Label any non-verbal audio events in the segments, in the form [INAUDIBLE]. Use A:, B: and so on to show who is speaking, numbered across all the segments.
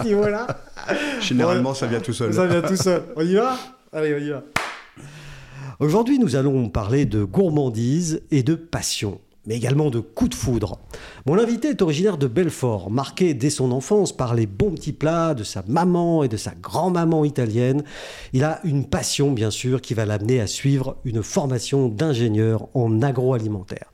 A: ce niveau-là.
B: [LAUGHS] Généralement, ça vient tout seul.
A: Ça vient tout seul. On y va Allez, on y va.
C: Aujourd'hui, nous allons parler de gourmandise et de passion, mais également de coups de foudre. Mon invité est originaire de Belfort, marqué dès son enfance par les bons petits plats de sa maman et de sa grand-maman italienne. Il a une passion, bien sûr, qui va l'amener à suivre une formation d'ingénieur en agroalimentaire.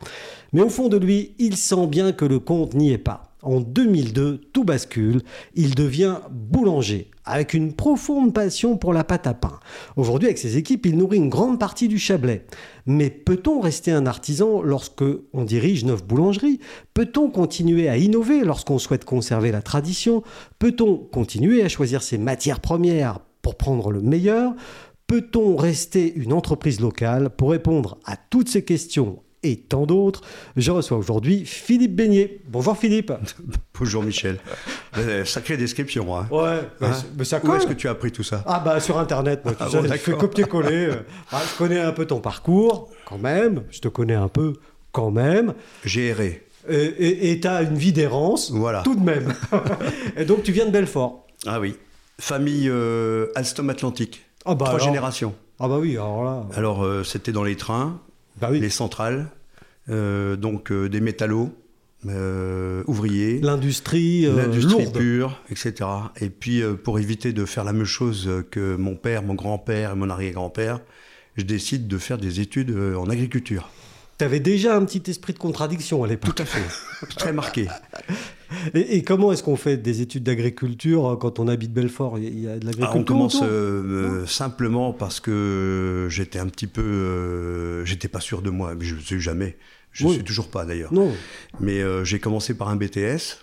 C: Mais au fond de lui, il sent bien que le compte n'y est pas. En 2002, tout bascule, il devient boulanger, avec une profonde passion pour la pâte à pain. Aujourd'hui, avec ses équipes, il nourrit une grande partie du Chablais. Mais peut-on rester un artisan lorsque on dirige neuf boulangeries Peut-on continuer à innover lorsqu'on souhaite conserver la tradition Peut-on continuer à choisir ses matières premières pour prendre le meilleur Peut-on rester une entreprise locale Pour répondre à toutes ces questions et tant d'autres, je reçois aujourd'hui Philippe Beignet. Bonjour Philippe.
B: Bonjour Michel. Euh, Sacrée description. Hein.
A: Ouais, mais,
B: Hein
A: c'est- mais ça
B: Où est-ce
A: colle.
B: que tu as appris tout ça
C: Ah bah sur internet, moi, tu
B: Ah
C: sais,
B: bon,
C: je fais
B: d'accord.
C: copier-coller.
B: [LAUGHS]
C: euh. Ah, je connais un peu ton parcours, quand même. Je te connais un peu, quand même.
B: J'ai erré.
C: Et- Et et t'as une vie d'errance,
B: Voilà.
C: tout
B: [LAUGHS]
C: de même. et donc tu viens de Belfort.
B: Ah oui. Famille euh, Alstom Atlantique.
C: Ah bah
B: Trois
C: alors.
B: générations.
C: Ah bah oui, alors là.
B: Alors, euh, c'était dans les trains,
C: Bah oui.
B: les centrales, euh, donc euh, des métallos, euh, ouvriers.
C: L'industrie euh,
B: L'industrie
C: lourde.
B: pure, etc. Et puis, euh, pour éviter de faire la même chose euh, que mon père, mon grand-père et mon arrière-grand-père, je décide de faire des études euh, en agriculture.
C: T'avais déjà un petit esprit de contradiction à l'époque.
B: Tout à fait. Très marqué.
C: Et, et comment est-ce qu'on fait des études d'agriculture euh, quand on habite Belfort Il y a de
B: Ah,
C: l'agriculture
B: on commence
C: autour
B: euh, euh, simplement parce que j'étais un petit peu. euh, j'étais pas sûr de moi, mais je ne suis jamais. Je ne
C: Oui.
B: suis toujours pas d'ailleurs.
C: Non,
B: Mais euh, j'ai commencé par un BTS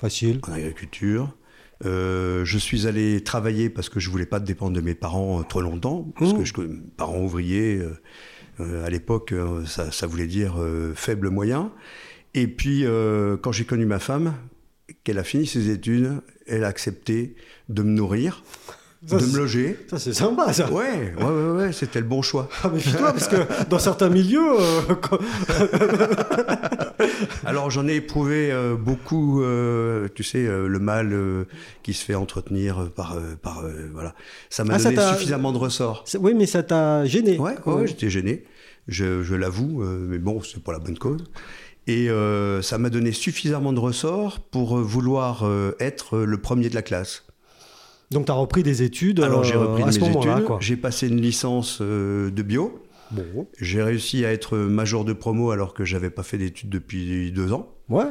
C: facile.
B: en agriculture. Euh, je suis allé travailler parce que je voulais pas dépendre de mes parents euh, trop longtemps, parce
C: Mmh.
B: que je, mes parents ouvriers, euh, euh, à l'époque, euh, ça, ça voulait dire euh, faible moyen. Et puis, euh, quand j'ai connu ma femme, qu'elle a fini ses études, elle a accepté de me nourrir,
C: Ça,
B: de
C: c'est-
B: me loger.
C: Ça c'est sympa ça.
B: Ouais, ouais, ouais, ouais, c'était le bon choix.
C: Ah, Méfie-toi, parce que dans certains milieux, euh, quand-
B: Alors j'en ai éprouvé euh, beaucoup, euh, tu sais, euh, le mal euh, qui se fait entretenir euh, par, euh, par euh, voilà. Ça m'a
C: Ah, ça
B: donné
C: t'a-
B: suffisamment de ressorts.
C: c'est- oui, mais ça t'a gêné.
B: Ouais, ouais, ouais, j'étais gêné, je, je l'avoue, euh, mais bon, c'est pour la bonne cause. Et euh, ça m'a donné suffisamment de ressorts pour euh, vouloir euh, être euh, le premier de la classe.
C: Donc t'as repris des études.
B: Alors
C: euh,
B: j'ai repris
C: à
B: de
C: ce
B: mes
C: moment-là,
B: études,
C: quoi.
B: j'ai passé une licence euh, de bio.
C: Bon,
B: J'ai réussi à être euh, major de promo alors que j'avais pas fait d'études depuis deux ans.
C: ouais.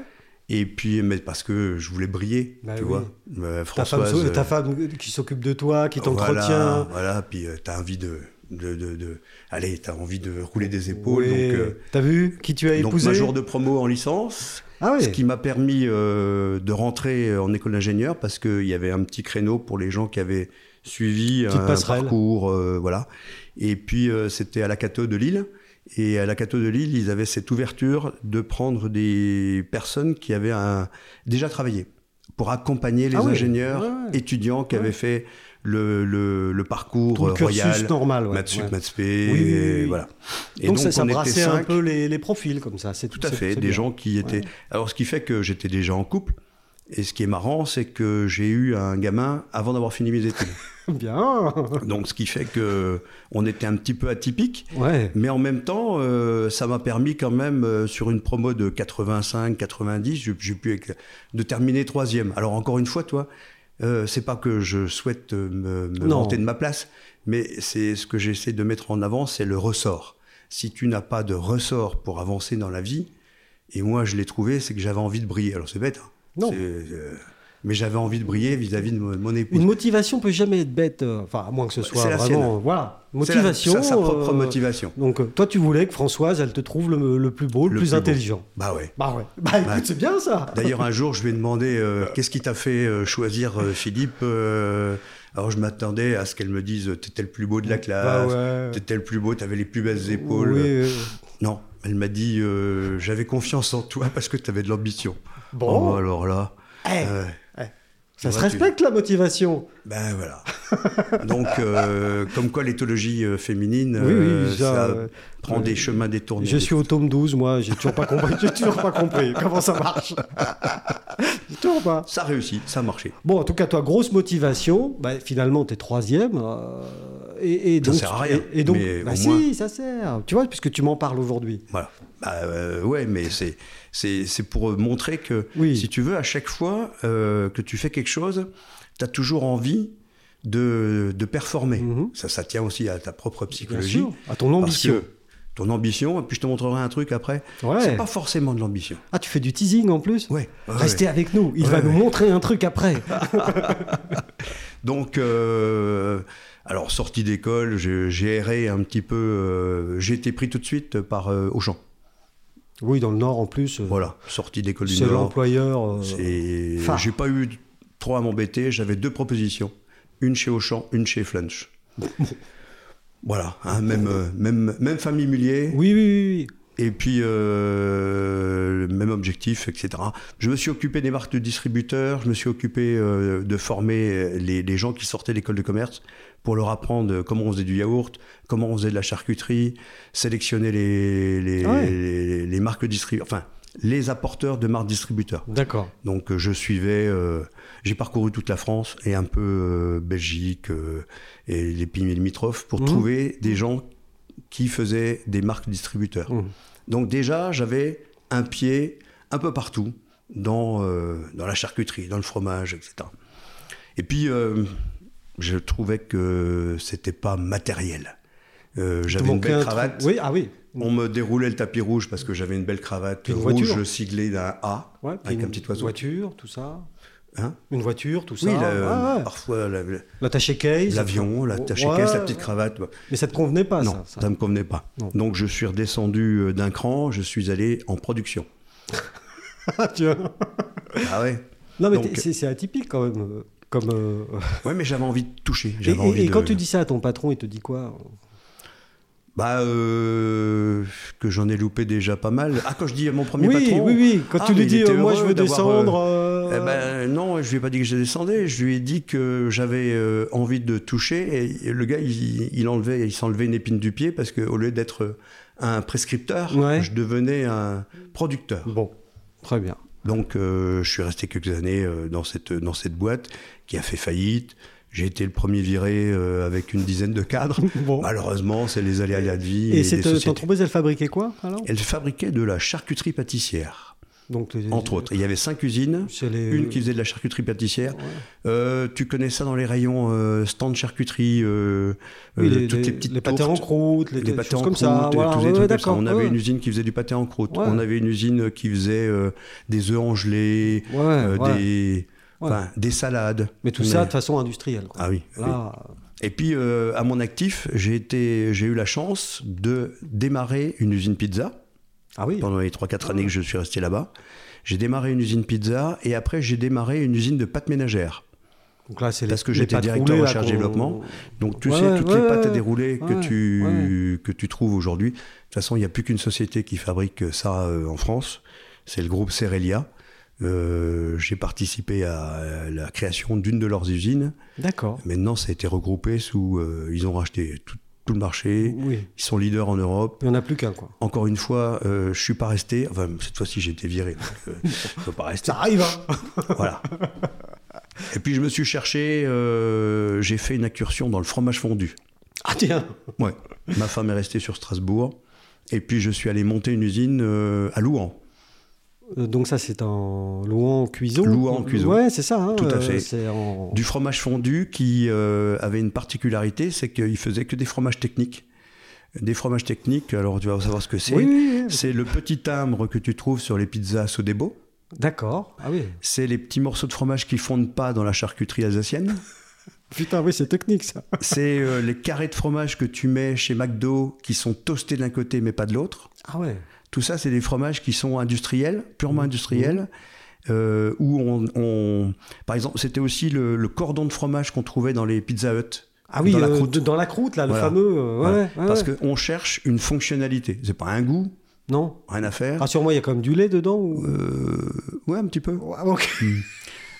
B: Et puis, mais parce que je voulais briller,
C: Bah
B: tu
C: oui.
B: vois. Euh,
C: Ta femme,
B: Françoise,
C: ta
B: euh,
C: femme qui s'occupe de toi, qui t'entretient.
B: Voilà, voilà, puis euh, t'as envie de, de, de, de- Allez, t'as envie de rouler des épaules.
C: Ouais.
B: Donc, euh,
C: T'as vu qui tu as
B: donc
C: épousé
B: ma jour de promo en licence,
C: Ah oui.
B: ce qui m'a permis euh, de rentrer en école d'ingénieur parce qu'il y avait un petit créneau pour les gens qui avaient suivi
C: Petite
B: un
C: passerelle.
B: parcours, euh, voilà. Et puis, euh, c'était à la Cato de Lille. Et à la Cato de Lille, ils avaient cette ouverture de prendre des personnes qui avaient un- déjà travaillé pour accompagner les
C: Ah oui.
B: ingénieurs
C: Ouais, ouais.
B: étudiants qui
C: Ouais.
B: avaient fait le, le- le
C: Tout
B: parcours
C: le
B: euh,
C: cursus
B: royal,
C: normal, ouais,
B: Mathsup,
C: ouais.
B: Mathsp,
C: oui, oui,
B: et
C: oui.
B: voilà. Et
C: donc, ça, ça
B: on était
C: brassait un
B: cinq.
C: peu les, les profils comme ça. C'est
B: Tout à
C: c'est-
B: fait,
C: c'est
B: des
C: bien.
B: gens qui étaient. Alors, ce qui fait que j'étais déjà en couple. Et ce qui est marrant, c'est que j'ai eu un gamin avant d'avoir fini mes
C: [LAUGHS]
B: études.
C: Bien. [LAUGHS]
B: Donc, ce qui fait que on était un petit peu atypique.
C: Ouais.
B: Mais en même temps, euh, ça m'a permis quand même, euh, sur une promo de 85-90, j'ai j'ai pu éc- de terminer troisième. Alors encore une fois, toi, euh, c'est pas que je souhaite euh, me, me
C: Non.
B: vanter de ma place, mais c'est ce que j'essaie de mettre en avant, c'est le ressort. Si tu n'as pas de ressort pour avancer dans la vie, et moi je l'ai trouvé, c'est que j'avais envie de briller. Alors c'est bête, hein.
C: Non.
B: C'est, euh, mais j'avais envie de briller vis-à-vis de mon, mon épouse.
C: Une motivation peut jamais être bête. euh, Enfin, à moins que ce soit
B: C'est la
C: vraiment.
B: sienne.
C: euh, Voilà.
B: C'est la-
C: Motivation.
B: sa- sa propre
C: euh,
B: motivation.
C: Donc, euh, toi, tu voulais que Françoise, elle te trouve le, le plus beau, le,
B: Le
C: plus,
B: plus beau.
C: intelligent.
B: Bah ouais.
C: Bah ouais. [LAUGHS] Bah écoute,
B: Ouais.
C: c'est bien ça.
B: D'ailleurs, un jour, je lui ai demandé euh, qu'est-ce qui t'a fait euh, choisir euh, Philippe. euh, alors, je m'attendais à ce qu'elle me dise t'étais le plus beau de la classe,
C: Bah ouais.
B: t'étais le plus beau, t'avais les plus belles épaules.
C: Oui, euh,
B: Non, elle m'a dit euh, j'avais confiance en toi parce que t'avais de l'ambition.
C: Bon.
B: Oh, alors là.
C: Eh,
B: euh,
C: ça
B: tu
C: se
B: vois, tu-
C: respecte la motivation.
B: ben voilà. Donc, euh, comme quoi l'éthologie euh, féminine,
C: Oui, oui,
B: euh,
C: ça,
B: ça,
C: euh,
B: prend des chemins détournés.
C: [LAUGHS] Je suis au tome 12, moi, [LAUGHS] j'ai toujours pas compris. J'ai toujours pas compris comment ça marche.
A: toujours pas.
B: Ça réussit, ça a marché.
C: Bon, en tout cas, toi, grosse motivation. Bah, finalement, t'es troisième. euh, et, et
B: Ça
C: donc,
B: sert à rien,
C: Et, et donc,
B: mais
C: bah
B: au
C: si,
B: moins-
C: ça sert. Tu vois, puisque tu m'en parles aujourd'hui.
B: Voilà. Bah, euh, ouais, mais c'est, c'est, c'est pour montrer que,
C: Oui.
B: si tu veux, à chaque fois euh, que tu fais quelque chose, tu as toujours envie de, de performer.
C: Mhm.
B: Ça, ça tient aussi à ta propre
C: Bien
B: psychologie.
C: sûr. À ton
B: Parce
C: ambition.
B: que ton ambition, et puis je te montrerai un truc après,
C: Ouais.
B: c'est pas forcément de l'ambition.
C: Ah, tu fais du teasing en plus
B: Ouais. ouais,
C: Restez avec nous. Il
B: Ouais,
C: va nous
B: ouais.
C: montrer un truc après. [LAUGHS]
B: Donc, euh, alors, sortie d'école, j'ai j'ai erré un petit peu. euh, j'ai été pris tout de suite par euh, Auchan.
C: oui, dans le Nord en plus. euh,
B: Voilà, sortie d'école du
C: C'est
B: Nord.
C: l'employeur. euh,
B: C'est-
C: phare.
B: J'ai pas eu trop à m'embêter. J'avais deux propositions. Une chez Auchan, une chez Flunch. voilà, hein, même, euh, même, même famille Mullier.
C: Oui, oui, oui. oui.
B: Et puis, euh, le même objectif, etc. Je me suis occupé des marques de distributeurs, je me suis occupé euh, de former les, les gens qui sortaient de l'école de commerce pour leur apprendre comment on faisait du yaourt, comment on faisait de la charcuterie, sélectionner les, les,
C: Ah ouais.
B: les- les marques distributeurs, enfin, les apporteurs de marques distributeurs.
C: D'accord.
B: Donc, euh, je suivais, euh, j'ai parcouru toute la France et un peu euh, Belgique euh, et les pays limitrophes pour
C: Mhm.
B: trouver des gens qui faisaient des marques distributeurs.
C: Mhm.
B: Donc déjà, j'avais un pied un peu partout, dans, euh, dans la charcuterie, dans le fromage, etc. Et puis, euh, je trouvais que c'était pas matériel. Euh,
C: Tu
B: j'avais une
C: manquais
B: belle
C: un
B: cravate.
C: truc. Oui, ah oui.
B: On me déroulait le tapis rouge parce que j'avais une belle cravate
C: Puis une
B: rouge
C: voiture.
B: siglée d'un A
C: Ouais, puis
B: avec
C: une
B: un petit oiseau.
C: voiture, tout ça.
B: Hein
C: Une voiture, tout ça.
B: oui, la-
C: Ah, ouais.
B: parfois la- la-
C: L'attaché case.
B: l'avion, la tache
C: Oh, Ouais.
B: caisse, la petite cravate.
C: Mais ça te convenait pas,
B: non,
C: ça, ça.
B: ça ne me convenait pas.
C: Non.
B: Donc je suis redescendu euh, d'un cran, je suis allé en production.
C: [LAUGHS] Tu vois
B: Ah ouais
C: non, mais
B: Donc-
C: t'es- c'est c'est atypique quand même. euh, Comme,
B: [LAUGHS]
C: euh,
B: Ouais, mais j'avais envie de toucher.
C: Et,
B: j'avais
C: et-
B: envie
C: et
B: de-
C: quand tu dis ça à ton patron, il te dit quoi
B: Bah, euh, que j'en ai loupé déjà pas mal. Ah, quand je dis à mon premier
C: Oui,
B: patron.
C: oui, oui. Quand
B: Ah,
C: tu
B: mais
C: lui
B: il
C: dis,
B: était
C: euh, moi, je
B: heureux
C: veux
B: d'avoir,
C: descendre.
B: Eh
C: euh,
B: ben non, je lui ai pas dit que je descendais, je lui ai dit que j'avais euh, envie de toucher et, et le gars il, il enlevait, il s'enlevait une épine du pied parce que au lieu d'être euh, un prescripteur,
C: Ouais.
B: je devenais un producteur.
C: Bon, très bien. [LAUGHS]
B: Donc euh, je suis resté quelques années euh, dans cette dans cette boîte qui a fait faillite. J'ai été le premier viré euh, avec une dizaine de cadres.
C: Bon.
B: Malheureusement, c'est les aléas de la vie et,
C: Et
B: Bah, des
C: cette euh,
B: sociétés.
C: entreprise, elle fabriquait quoi alors
B: Elle fabriquait de la charcuterie pâtissière,
C: Donc, euh,
B: entre autres. Il y avait cinq usines,
C: C'est les-
B: une qui faisait de la charcuterie pâtissière.
C: Euh, Ouais.
B: Euh, tu connais ça dans les rayons euh, stand charcuterie, euh,
C: Oui,
B: euh,
C: les,
B: toutes
C: les-
B: les petites
C: les pâtés en
B: tourtes,
C: croûte, les,
B: les pâtés en
C: choses comme
B: croûte,
C: ça.
B: euh,
C: voilà,
B: tous
C: ouais,
B: les trucs comme ça.
C: d'accord,
B: On avait
C: ouais.
B: une usine qui faisait du pâté en croûte.
C: Ouais.
B: On avait une usine qui faisait euh, des œufs en gelée,
C: Ouais,
B: euh,
C: ouais.
B: des,
C: Ouais.
B: enfin, des salades.
C: Mais tout ça de façon industrielle. quoi.
B: Ah oui.
C: Là,
B: Et puis, euh, à mon actif, j'ai été- j'ai eu la chance de démarrer une usine pizza.
C: ah oui.
B: pendant les 3-4 années que je suis resté là-bas. J'ai démarré une usine pizza et après j'ai démarré une usine de pâtes ménagères
C: Donc là, c'est les-
B: parce que
C: les
B: j'étais
C: pâtes
B: directeur
C: roulées, là,
B: recherche
C: qu'on-
B: développement. Donc tu
C: Ouais,
B: sais
C: ouais,
B: toutes les
C: ouais,
B: pâtes à
C: ouais,
B: dérouler
C: ouais,
B: que tu que tu trouves aujourd'hui. De toute façon, il n'y a plus qu'une société qui fabrique ça euh, en France, c'est le groupe Cerelia. Euh, j'ai participé à la création d'une de leurs usines.
C: D'accord.
B: Maintenant, ça a été regroupé sous. euh, ils ont racheté tout, tout le marché.
C: Oui.
B: Ils sont leaders en Europe.
C: Il n'y en a plus qu'un, quoi.
B: Encore une fois, euh, je suis pas resté. Enfin, cette fois-ci, j'ai été viré. Donc, euh, je peux pas rester.
C: Ça arrive, hein
B: Voilà. Et puis, je me suis cherché. euh, j'ai fait une incursion dans le fromage fondu.
C: Ah tiens
B: Ouais. Ma femme est restée sur Strasbourg. Et puis, je suis allé monter une usine euh, à Louan.
C: Euh, Donc ça, c'est en Louan-Cuiseau
B: Louan-Cuiseau.
C: Ouais, c'est ça. hein,
B: Tout à
C: euh,
B: fait.
C: C'est en...
B: Du fromage fondu qui euh, avait une particularité, c'est qu'il faisait que des fromages techniques. Des fromages techniques, alors tu vas savoir ce que c'est.
C: Oui, oui, oui.
B: C'est le petit timbre que tu trouves sur les pizzas Sodebo.
C: D'accord. Ah oui.
B: C'est les petits morceaux de fromage qui fondent pas dans la charcuterie
C: [LAUGHS]
B: alsacienne.
C: Putain, oui, c'est technique, ça.
B: C'est euh, les carrés de fromage que tu mets chez McDo qui sont toastés d'un côté mais pas de l'autre.
C: Ah ouais.
B: Tout ça, c'est des fromages qui sont industriels,
C: Mmh.
B: purement industriels. euh, où on, on- Par exemple, c'était aussi le, le cordon de fromage qu'on trouvait dans les Pizza Hut.
C: Ah oui,
B: dans la
C: euh,
B: croûte.
C: de- dans la croûte, là, le
B: Voilà.
C: fameux... euh, ouais,
B: Voilà.
C: ouais,
B: Parce
C: ouais.
B: qu'on cherche une fonctionnalité. C'est pas un goût,
C: Non
B: rien à faire.
C: Rassure-moi, il y a quand même du lait dedans ou...
B: Euh, ouais, un petit peu. Hmm.
C: Ah, ok.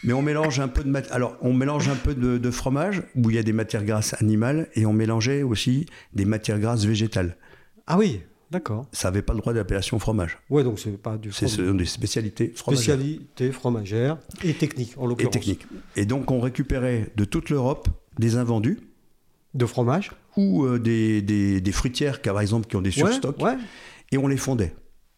B: Mais on mélange un peu de mat- alors on mélange un peu de, de fromage où il y a des matières grasses animales et on mélangeait aussi des matières grasses végétales.
C: Ah oui D'accord.
B: Ça n'avait pas le droit d'appellation fromage.
C: Ouais, donc c'est pas du
B: C'est
C: fromage.
B: ce sont des spécialités fromagères
C: Spécialité fromagère et technique, en
B: et
C: l'occurrence.
B: techniques. Et donc on récupérait de toute l'Europe des invendus
C: De fromage.
B: ou euh, des, des- des fruitières, car, par exemple, qui ont des
C: Ouais,
B: surstocks,
C: ouais.
B: et on les fondait.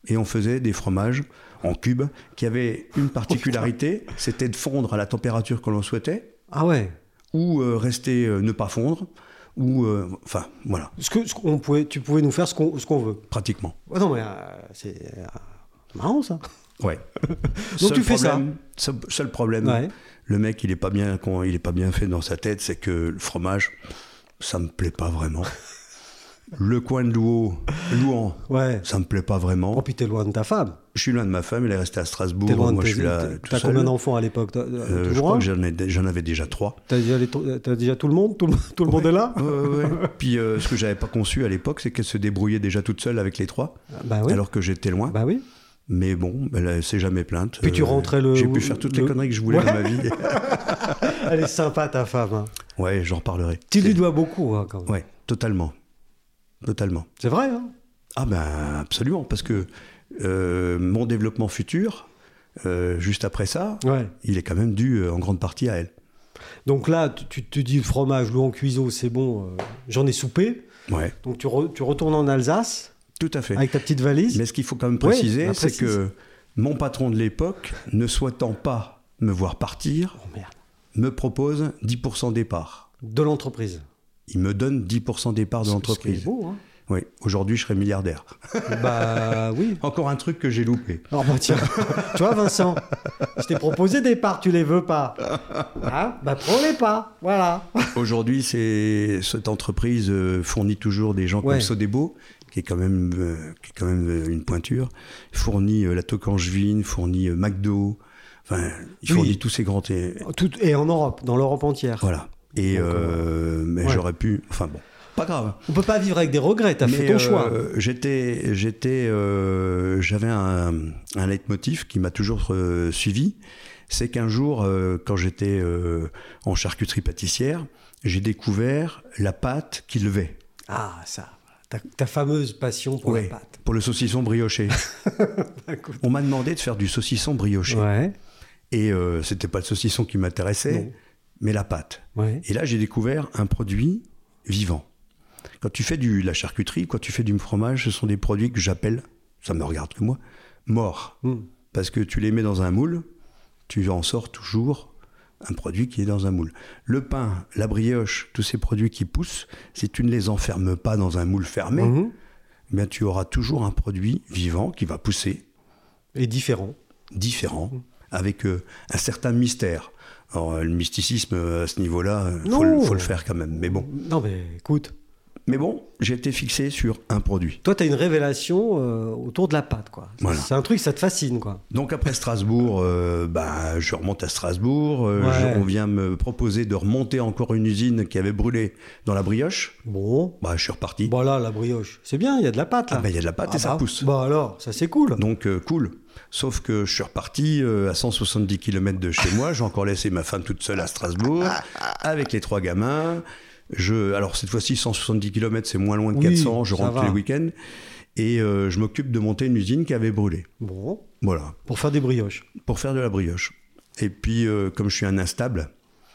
B: Et on faisait des fromages en cubes qui avaient une
C: Oh,
B: particularité, c'était de fondre à la température que l'on souhaitait,
C: Ah ouais.
B: ou euh, rester euh, ne pas fondre, ou euh, enfin voilà,
C: Ce que, ce qu'on pouvait, tu pouvais nous faire ce qu'on, ce qu'on veut.
B: pratiquement.
C: Ah non, mais euh, c'est euh, marrant ça. [LAUGHS]
B: Ouais.
C: Donc tu fais ça.
B: problème, Seul, seul problème,
C: Ouais.
B: le mec il est pas bien, con- il est pas bien fait dans sa tête, c'est que le fromage, ça me plaît pas
C: [LAUGHS]
B: vraiment. le coin de Louan, Louan,
C: Ouais.
B: ça me plaît pas vraiment.
C: Oh, puis t'es loin de ta femme.
B: Je suis loin de ma femme, elle est restée à Strasbourg.
C: T'es loin
B: moi,
C: de
B: je suis
C: tes-
B: là
C: t'as-
B: tout
C: T'as
B: seul.
C: combien d'enfants à l'époque T'as-
B: Euh, Je
C: toujours
B: crois
C: un
B: que j'en ai- j'en avais déjà trois.
C: T'as déjà, les to- t'as déjà tout le monde Tout le, tout le monde est là
B: Ouais, ouais, ouais. [LAUGHS] Puis euh, ce que j'avais pas conçu à l'époque, c'est qu'elle se débrouillait déjà toute seule avec les trois,
C: Bah oui.
B: alors que j'étais loin.
C: Bah oui.
B: Mais bon, elle euh, s'est jamais plainte.
C: Puis tu rentrais le-
B: J'ai pu faire toutes
C: le-
B: les conneries que je voulais
C: Ouais.
B: dans ma vie. [LAUGHS]
C: Elle est sympa ta femme. hein.
B: ouais, j'en reparlerai.
C: Tu lui dois beaucoup hein, quand même.
B: Ouais, totalement, totalement.
C: C'est vrai. Hein
B: Ah ben absolument, parce que euh, mon développement futur, euh, juste après ça,
C: ouais.
B: il est quand même dû euh, en grande partie à elle.
C: Donc là, tu- tu te dis le fromage, loup en cuiseau, c'est bon, euh, j'en ai soupé.
B: Ouais,
C: Donc tu, re- tu retournes en Alsace
B: tout à fait.
C: avec ta petite valise.
B: Mais ce qu'il faut quand même
C: Ah, Ouais,
B: préciser,
C: bah,
B: c'est
C: précise.
B: que mon patron de l'époque, ne souhaitant pas me voir partir,
C: Oh merde.
B: me propose 10% des parts.
C: De l'entreprise.
B: Il me donne 10% des parts de
C: C'est
B: l'entreprise.
C: beau, hein [LAUGHS]
B: Oui, aujourd'hui, je serais milliardaire.
C: Bah oui.
B: Encore un truc que j'ai loupé.
C: Alors bah tiens, [LAUGHS] tu vois Vincent, je t'ai proposé des parts, tu les veux pas. Hein bah prends les pas, voilà.
B: Aujourd'hui, c'est cette entreprise euh, fournit toujours des gens
C: Ouais.
B: comme Sodebo, qui est quand même, euh, qui est quand même euh, une pointure, fournit euh, la Tocangevine, fournit euh, McDo, enfin, il
C: Oui.
B: fournit tous ces grands... et-
C: Tout, et en Europe, dans l'Europe entière.
B: Voilà. Et
C: Donc,
B: euh, mais
C: ouais.
B: j'aurais pu... Enfin bon, pas grave.
C: On peut pas vivre avec des regrets, t'as
B: Mais,
C: fait ton
B: euh,
C: choix.
B: J'étais, j'étais, euh, j'avais un, un leitmotiv qui m'a toujours euh, suivi. C'est qu'un jour, euh, quand j'étais euh, en charcuterie pâtissière, j'ai découvert la pâte qui levait.
C: Ah ça, ta, ta fameuse passion pour
B: Ouais,
C: la pâte.
B: pour le saucisson
C: [LAUGHS]
B: brioché.
C: Écoute.
B: On m'a demandé de faire du saucisson brioché.
C: Ouais,
B: Et euh, c'était pas le saucisson qui m'intéressait,
C: Non.
B: mais la pâte.
C: ouais.
B: Et là, j'ai découvert un produit vivant. Quand tu fais du, la charcuterie, quand tu fais du fromage, ce sont des produits que j'appelle, ça me regarde que moi, morts.
C: Hmm.
B: Parce que tu les mets dans un moule, tu en sors toujours un produit qui est dans un moule. Le pain, la brioche, tous ces produits qui poussent, si tu ne les enfermes pas dans un moule fermé,
C: Mhm.
B: eh bien tu auras toujours un produit vivant qui va pousser,
C: Et différent.
B: différent, avec euh, un certain mystère. Alors, euh, le mysticisme euh, à ce niveau-là, euh,
C: Non.
B: faut, le- faut le faire quand même. Mais bon,
C: Non mais écoute,
B: mais bon, j'ai été fixé sur un produit.
C: toi t'as une révélation euh, autour de la pâte quoi.
B: Voilà.
C: C'est un truc, ça te fascine quoi.
B: Donc après Strasbourg, euh, bah, je remonte à Strasbourg. euh,
C: Ouais.
B: je- on vient me proposer de remonter encore une usine qui avait brûlé dans la brioche.
C: Bon,
B: Bah, je suis reparti.
C: bah là la brioche, c'est bien, il y a de la pâte là.
B: Ah bah, il y a de la pâte et ça
C: bah,
B: pousse.
C: Bah alors, ça c'est cool.
B: Donc euh, cool. Sauf que je suis reparti euh, à 170 km de chez moi. J'ai encore laissé ma femme toute seule à Strasbourg avec les trois gamins. Je, alors cette fois-ci, 170 km, c'est moins loin que
C: Oui,
B: 400. Je
C: ça
B: rentre
C: va.
B: tous les week-ends. Et euh, je m'occupe de monter une usine qui avait brûlé.
C: Bon,
B: Voilà.
C: pour faire des brioches.
B: pour faire de la brioche. Et puis, euh, comme je suis un instable,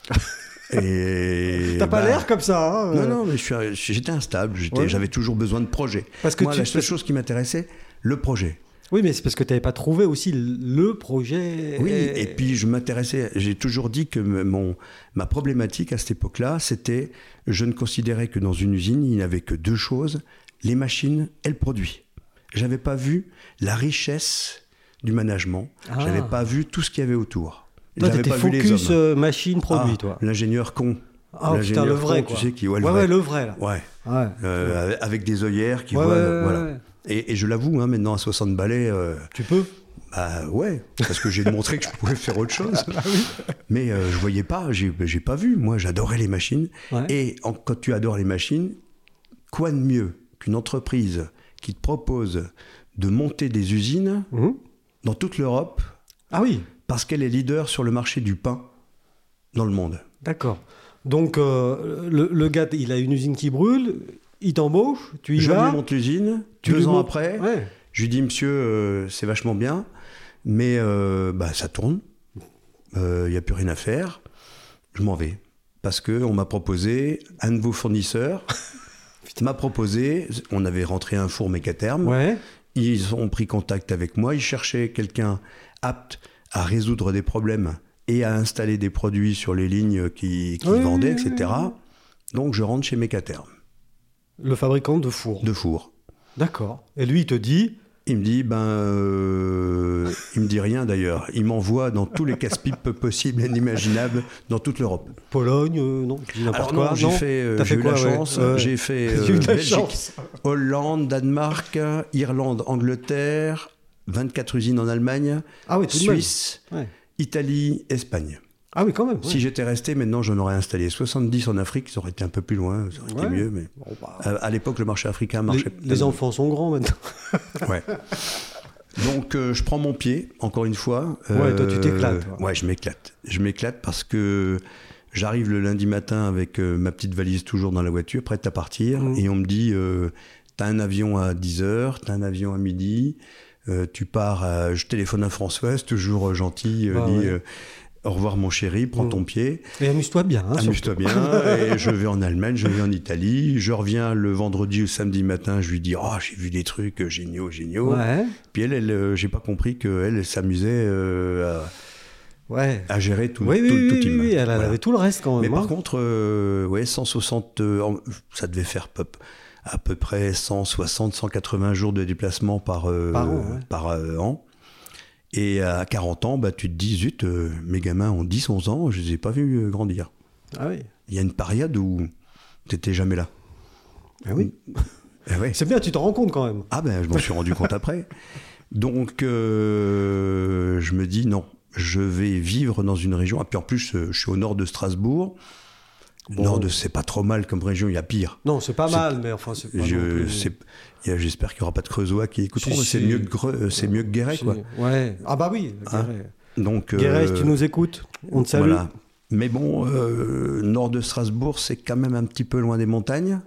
C: [LAUGHS]
B: et
C: T'as pas
B: bah,
C: l'air comme ça. hein, euh.
B: Non, non, mais je suis un- j'étais instable. J'étais,
C: Ouais.
B: j'avais toujours besoin de projet.
C: Parce que
B: Moi,
C: tu-
B: la seule chose qui m'intéressait, le projet.
C: Oui, mais c'est parce que t'avais pas trouvé aussi le projet.
B: Oui. Et, puis, je m'intéressais. J'ai toujours dit que m- mon ma problématique à cette époque-là, c'était, je ne considérais que dans une usine, il n'y avait que deux choses les machines et le produit. J'avais pas vu la richesse du management.
C: Ah.
B: J'avais pas vu tout ce qu'il y avait autour.
C: Toi,
B: J'avais
C: t'étais
B: pas vu les
C: focus
B: hommes.
C: euh, machine produit,
B: Ah,
C: toi.
B: L'ingénieur con.
C: Ah putain,
B: L'ingénieur
C: le vrai,
B: con,
C: quoi.
B: Tu sais, qui, ouais, le
C: ouais,
B: vrai.
C: ouais, le vrai, là.
B: Ouais.
C: Ouais.
B: Euh, avec- avec des œillères qui
C: Ouais,
B: voient.
C: ouais,
B: euh,
C: ouais,
B: voilà.
C: ouais.
B: Et, et je l'avoue, hein, maintenant à 60 balais, euh,
C: Tu peux
B: bah ouais, parce que j'ai montré que je pouvais faire autre
C: [LAUGHS]
B: chose.
C: Ah, bah
B: Mais euh, je voyais pas, j'ai j'ai pas vu. Moi, j'adorais les machines.
C: Ouais.
B: Et en- quand tu adores les machines, quoi de mieux qu'une entreprise qui te propose de monter des usines
C: Mhm.
B: dans toute l'Europe
C: Ah oui,
B: parce qu'elle est leader sur le marché du pain dans le monde
C: d'accord. Donc, euh, le, le gars, il a une usine qui brûle, il t'embauche, tu y
B: Je
C: vas.
B: lui monte l'usine,
C: tu
B: deux
C: lui
B: ans
C: montres-
B: après.
C: Ouais.
B: Je lui dis, monsieur, euh, c'est vachement bien, mais euh, bah, ça tourne. Il n'y a plus rien à faire. Je m'en vais. Parce qu'on m'a proposé, un de vos
C: [LAUGHS]
B: fournisseurs m'a proposé, on avait rentré un four mécaterme.
C: Ouais.
B: Ils ont pris contact avec moi. Ils cherchaient quelqu'un apte à résoudre des problèmes et à installer des produits sur les lignes qui, qui
C: Oui,
B: vendaient,
C: oui,
B: etc. Donc je rentre chez Mécaterme,
C: Le fabricant de four.
B: de four.
C: D'accord. Et lui, il te dit.
B: Il me dit, ben. euh, il me dit rien d'ailleurs. Il m'envoie dans tous les casse-pipes possibles et inimaginables dans toute l'europe.
C: Pologne, euh, non, je dis n'importe
B: Alors
C: quoi.
B: non, j'ai
C: non
B: fait, euh,
C: T'as
B: j'ai
C: fait
B: eu
C: quoi,
B: la
C: ouais
B: chance,
C: Ouais.
B: j'ai fait
C: [LAUGHS] J'ai eu
B: euh,
C: de la
B: Belgique,
C: chance.
B: Hollande, Danemark, Irlande, Angleterre, 24 usines en Allemagne,
C: Ah oui, tout de même.
B: Suisse,
C: Ouais.
B: Italie, Espagne.
C: Ah oui, quand même. ouais.
B: Si j'étais resté, maintenant j'en aurais installé 70 en Afrique, ça aurait été un peu plus loin, ça aurait été
C: Ouais.
B: mieux, mais
C: Bon, bah,
B: à, à l'époque le marché africain
C: les,
B: marchait.
C: les enfants sont
B: [LAUGHS]
C: grands maintenant. [LAUGHS]
B: Ouais. Donc euh, je prends mon pied, encore une fois. euh,
C: Ouais, toi, tu t'éclates, toi.
B: Ouais, je m'éclate. Je m'éclate parce que j'arrive le lundi matin avec euh, ma petite valise toujours dans la voiture, prête à partir,
C: Mmh.
B: et on me dit, euh, t'as un avion à 10h, t'as un avion à midi, euh, tu pars, à- je téléphone à Françoise, toujours euh, gentil, euh,
C: Ah,
B: dit,
C: ouais. Mmh.
B: euh, au revoir mon chéri, prends ton pied.
C: Et amuse-toi bien. hein,
B: Amuse-toi
C: [LAUGHS]
B: bien. Et je vais en Allemagne, je vais en Italie. Je reviens le vendredi ou samedi matin. Je lui dis Oh, j'ai vu des trucs euh, géniaux,
C: surtout.
B: géniaux.
C: Ouais.
B: Puis elle, elle euh, j'ai pas compris qu'elle elle, s'amusait euh,
C: Ouais.
B: à, à gérer tout,
C: oui,
B: tout,
C: oui, oui,
B: tout
C: oui,
B: team.
C: oui, elle
B: Voilà.
C: avait tout le reste quand
B: Mais
C: même.
B: par
C: hein.
B: contre, euh, ouais, 160, euh, en- ça devait faire pop, à peu près 160, 180 jours de déplacement par, euh,
C: Par an, ouais.
B: par, euh, an. Et à 40 ans, bah, tu te dis Zut, euh, mes gamins ont 10, 11 ans, je les ai pas vus euh, grandir.
C: Ah oui.
B: Il y a une période où t'étais jamais là.
C: Ah oui.
B: Eh ouais.
C: C'est bien, tu te rends compte quand même.
B: Ah ben, je m'en suis rendu compte après. Donc, euh, je me dis non, je vais vivre dans une région. Et puis en plus, euh, je suis au nord de Strasbourg.
C: Bon.
B: Nord de, c'est pas trop mal comme région, il y a pire.
C: Non, c'est pas
B: C'est-
C: mal, mais enfin, c'est pas. non
B: Je-
C: plus-
B: c'est- il y a- J'espère qu'il n'y aura pas de Creusois qui écouteront.
C: Si,
B: mais c'est
C: si.
B: mieux que Greu- euh, c'est mieux que Guéret,
C: c'est-
B: quoi.
C: Ouais. Ah bah oui. Guéret,
B: Donc,
C: Guéret, si
B: euh,
C: tu nous écoutes, on te salue.
B: voilà. Mais bon, euh, nord de Strasbourg, c'est quand même un petit peu loin des montagnes.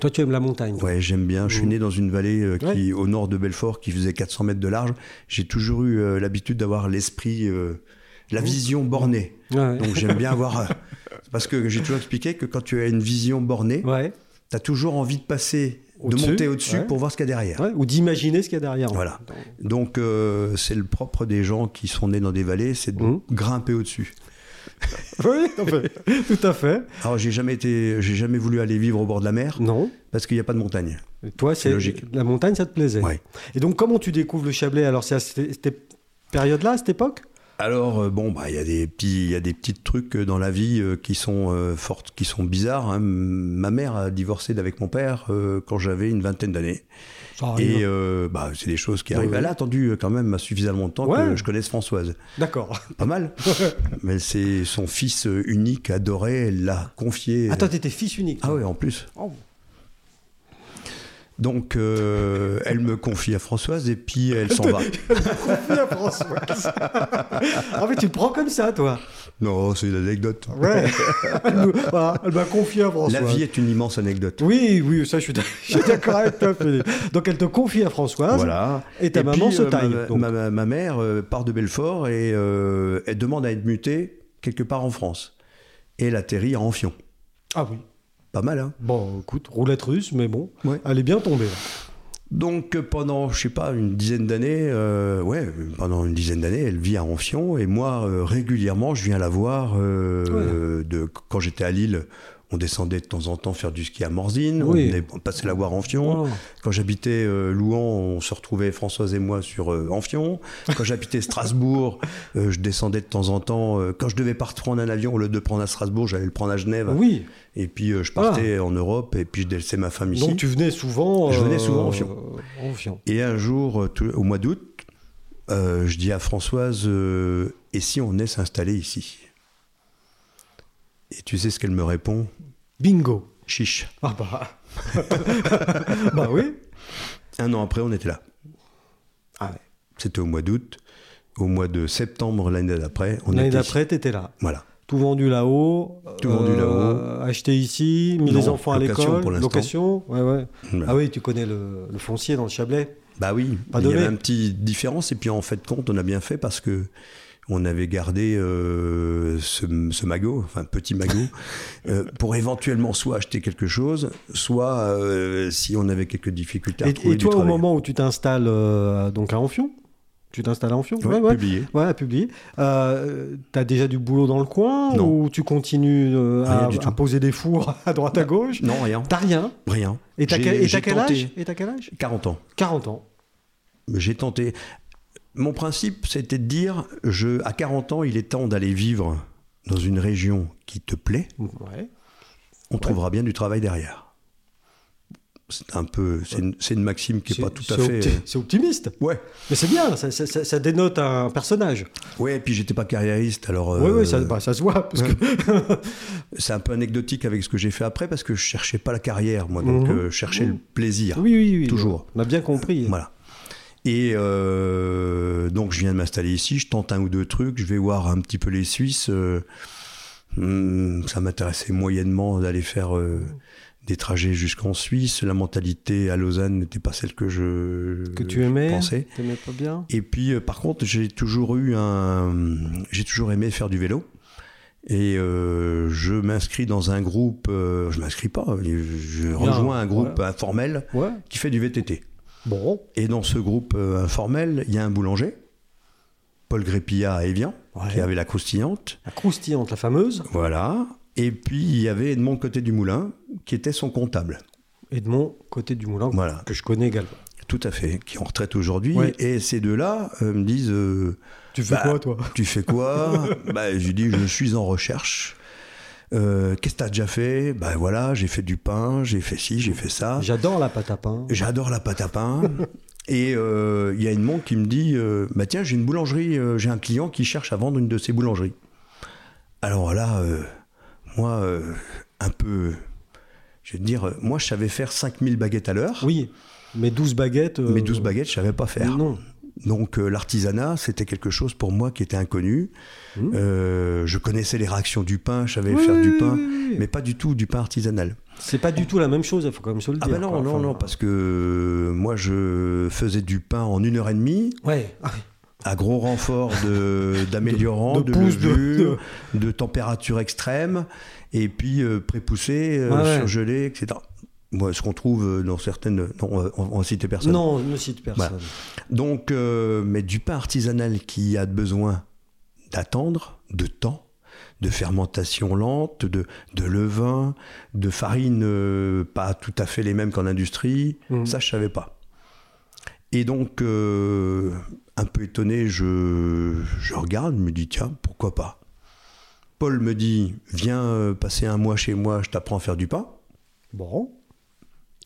C: Toi, tu aimes la montagne. toi.
B: Ouais, j'aime bien. Je suis né dans une vallée euh, qui,
C: Mmh. Ouais.
B: au nord de Belfort qui faisait 400 mètres de large. J'ai toujours eu euh, l'habitude d'avoir l'esprit, euh,
C: Mmh.
B: la vision bornée.
C: Ouais.
B: Donc j'aime bien avoir. euh, parce que j'ai toujours expliqué que quand tu as une vision bornée,
C: Ouais.
B: tu as toujours envie de passer,
C: Au-dessus,
B: de monter au-dessus
C: ouais.
B: pour voir ce qu'il y a derrière.
C: Ouais, Ou d'imaginer ce qu'il y a derrière.
B: Voilà. Donc euh, c'est le propre des gens qui sont nés dans des vallées, c'est de
C: Mhm.
B: grimper au-dessus.
C: [LAUGHS] oui, non, mais- tout à fait.
B: Alors j'ai jamais été, j'ai jamais voulu aller vivre au bord de la mer
C: Non.
B: parce qu'il n'y a pas de montagne.
C: Et Toi, c'est
B: logique.
C: La montagne, ça te plaisait.
B: Ouais.
C: Et donc, comment tu découvres le Chablais Alors, c'est à cette cette période-là, à cette époque
B: Alors euh, bon bah il y a des petits il y a des petits trucs euh, dans la vie euh, qui sont euh, fortes qui sont bizarres hein. ma mère a divorcé d'avec mon père euh, quand j'avais une vingtaine d'années
C: Ça arrive.
B: et euh, bah c'est des choses qui
C: Ah, Ouais,
B: arrivent
C: ouais.
B: elle a attendu euh, quand même suffisamment de temps
C: Ouais.
B: que je connaisse Françoise
C: D'accord.
B: pas
C: [LAUGHS]
B: mal mais c'est son fils euh, unique adoré elle l'a confié
C: Attends, t'étais fils unique. [LAUGHS]
B: ah ouais en plus
C: Ah, Oh.
B: donc euh, elle me confie à Françoise et puis elle
C: [LAUGHS]
B: s'en va [LAUGHS]
C: La Françoise. en fait, tu le prends comme ça, toi.
B: non c'est une anecdote
C: Ouais. [LAUGHS] elle me- voilà, elle m'a confié à Françoise.
B: la vie est une immense anecdote
C: Oui, oui, ça, je suis d'ac- je suis d'accord avec toi, Philippe. Donc, elle te confie à Françoise.
B: Voilà.
C: Et ta maman se
B: euh,
C: taille,
B: ma-
C: donc.
B: Ma, ma- ma mère euh, part de Belfort et euh, elle demande à être mutée quelque part en France. Et elle atterrit à Anfion.
C: Ah oui.
B: Pas mal, hein
C: Bon, écoute, roulette russe, mais bon,
B: Ouais.
C: elle est bien tombée. là.
B: Donc euh, pendant, je sais pas, une dizaine d'années, euh, ouais, pendant une dizaine d'années, elle vit à Anfion et moi, euh, régulièrement, je viens la voir euh, de, quand j'étais à Lille. On descendait de temps en temps faire du ski à Morzine,
C: Oui.
B: on, est, on passait la voir à Anfion.
C: Oh.
B: Quand j'habitais euh, Louan, on se retrouvait Françoise et moi sur euh, Anfion. Quand j'habitais Strasbourg, euh, je descendais de temps en temps. euh, quand je devais partir prendre un avion, au lieu de le prendre à Strasbourg, j'allais le prendre à Genève.
C: Oui. Ah.
B: Et puis euh, je partais en Europe et puis je laissais ma femme ici.
C: Donc, tu venais souvent.
B: Je venais
C: euh,
B: souvent en Fion.
C: en Fion.
B: Et un jour, euh, tout- au mois d'août, euh, je dis à Françoise euh, Et si on est s'installer ici Et tu sais ce qu'elle me répond
C: Bingo.
B: Chiche.
C: Ah bah. [LAUGHS] bah oui.
B: Un an après, on était là.
C: Ah ouais.
B: C'était au mois d'août. Au mois de septembre, l'année d'après, on
C: L'année
B: était ici.
C: d'après, t'étais là.
B: Voilà.
C: Tout vendu là-haut.
B: Tout vendu
C: euh, Acheté ici, mis
B: Non,
C: les enfants à
B: location
C: l'école.
B: pour l'instant.
C: Location. Ouais, ouais.
B: Voilà.
C: Ah oui, tu connais le, le foncier dans le Chablais.
B: Bah oui,
C: Pas
B: il y
C: donné.
B: avait un petit différence et puis en fait compte, on a bien fait parce que on avait gardé euh, ce, ce magot, enfin petit
C: [LAUGHS]
B: magot, euh, pour éventuellement soit acheter quelque chose, soit euh, si on avait quelques difficultés à
C: Et,
B: trouver
C: et
B: du
C: toi, au
B: travail.
C: moment où tu t'installes euh, donc à Anfion, tu t'installes à Anfion
B: Ouais,
C: Ouais, ouais.
B: publié.
C: Ouais, à publier. Euh, T'as déjà du boulot dans le coin
B: Non.
C: ou tu continues euh,
B: Rien
C: à,
B: du tout.
C: à poser des fours [LAUGHS] à droite à gauche
B: Non, rien,
C: T'as rien.
B: rien.
C: Et t'as
B: J'ai-
C: quel, et
B: j'ai
C: t'as quel
B: tenté.
C: âge Et t'as quel âge
B: 40 ans.
C: 40 ans.
B: J'ai tenté. Mon principe, c'était de dire, je, à 40 ans, il est temps d'aller vivre dans une région qui te plaît.
C: Ouais.
B: on trouvera bien du travail derrière. C'est un peu, c'est une, c'est une maxime qui
C: C'est-
B: est pas tout à
C: c'est
B: fait.
C: opti- C'est optimiste.
B: euh, Ouais,
C: Mais c'est bien, ça, ça- ça- ça dénote un personnage.
B: ouais. Et puis j'étais pas carriériste, alors
C: Oui,
B: euh,
C: oui, ça, bah, ça se voit. Parce que...
B: c'est un peu anecdotique avec ce que j'ai fait après parce que je cherchais pas la carrière, moi, donc
C: Mhm.
B: euh, je cherchais le plaisir.
C: [LAUGHS] oui, oui, oui.
B: Toujours.
C: On a bien compris.
B: Voilà. Et euh, donc je viens de m'installer ici, je tente un ou deux trucs, je vais voir un petit peu les Suisses. euh, hmm, ça m'intéressait moyennement d'aller faire euh, des trajets jusqu'en Suisse. La mentalité à Lausanne n'était pas celle que je,
C: Que tu aimais.
B: pensais.
C: T'aimais pas bien
B: Et puis, euh, par contre, j'ai toujours eu un, j'ai toujours aimé faire du vélo. Et euh, je m'inscris dans un groupe, euh, je m'inscris pas, je- je rejoins un groupe informel
C: Ouais.
B: qui fait du VTT.
C: Bon.
B: Et dans ce groupe euh, informel, il y a un boulanger, Paul Grépillat à Evian,
C: Ouais.
B: qui avait la croustillante.
C: La croustillante, la fameuse.
B: Voilà. Et puis, il y avait Edmond Côté du Moulin, qui était son comptable.
C: Edmond, côté du moulin,
B: Voilà.
C: que je connais également.
B: Tout à fait, qui est en retraite aujourd'hui.
C: Ouais.
B: Et ces deux-là euh, me disent. euh,
C: Tu fais
B: Bah,
C: quoi, toi
B: Tu fais
C: [LAUGHS]
B: quoi bah, Je lui dis, je suis en recherche. Euh, Qu'est-ce que t'as déjà fait Bah voilà, j'ai fait du pain, j'ai fait ci, j'ai fait ça.
C: J'adore la pâte à pain.
B: J'adore la pâte à
C: [LAUGHS]
B: pain. Et euh, il y a une montre qui me dit, euh, bah tiens, j'ai une boulangerie, euh, j'ai un client qui cherche à vendre une de ses boulangeries. Alors là, euh, moi, euh, un peu, je vais te dire, euh, moi je savais faire 5000 baguettes à l'heure,
C: Oui, mais 12 baguettes. euh,
B: mais 12 baguettes, je savais pas faire.
C: Non.
B: Donc euh, l'artisanat, c'était quelque chose pour moi qui était inconnu.
C: Mmh.
B: Euh, je connaissais les réactions du pain, je savais
C: Oui,
B: faire du
C: oui,
B: pain,
C: oui, oui, oui.
B: mais pas du tout du pain artisanal.
C: C'est pas du tout la même chose, il faut quand même se le
B: Ah
C: dire.
B: bah non,
C: quoi.
B: non,
C: Enfin, euh.
B: non, parce que euh, moi je faisais du pain en une heure et demie,
C: Ouais. Ah,
B: à gros renfort
C: [LAUGHS]
B: de- d'améliorants,
C: De- de
B: de,
C: pouces, de-
B: levure, de... température extrême, et puis euh, prépoussé, euh,
C: Ouais, Ah ouais.
B: surgelé, etc. Moi, ce qu'on trouve euh, dans certaines... Non, on va- on va en citer personne. Bah.
C: Non, ne cite personne.
B: Donc, euh, mais du pain artisanal qui a besoin d'attendre, de temps, de fermentation lente, de, de levain, de farine euh, pas tout à fait les mêmes qu'en industrie,
C: Mhm.
B: ça je savais pas. Et donc, euh, un peu étonné, je, je regarde, me dis tiens, pourquoi pas Paul me dit viens euh, passer un mois chez moi, je t'apprends à faire du pain.
C: Bon.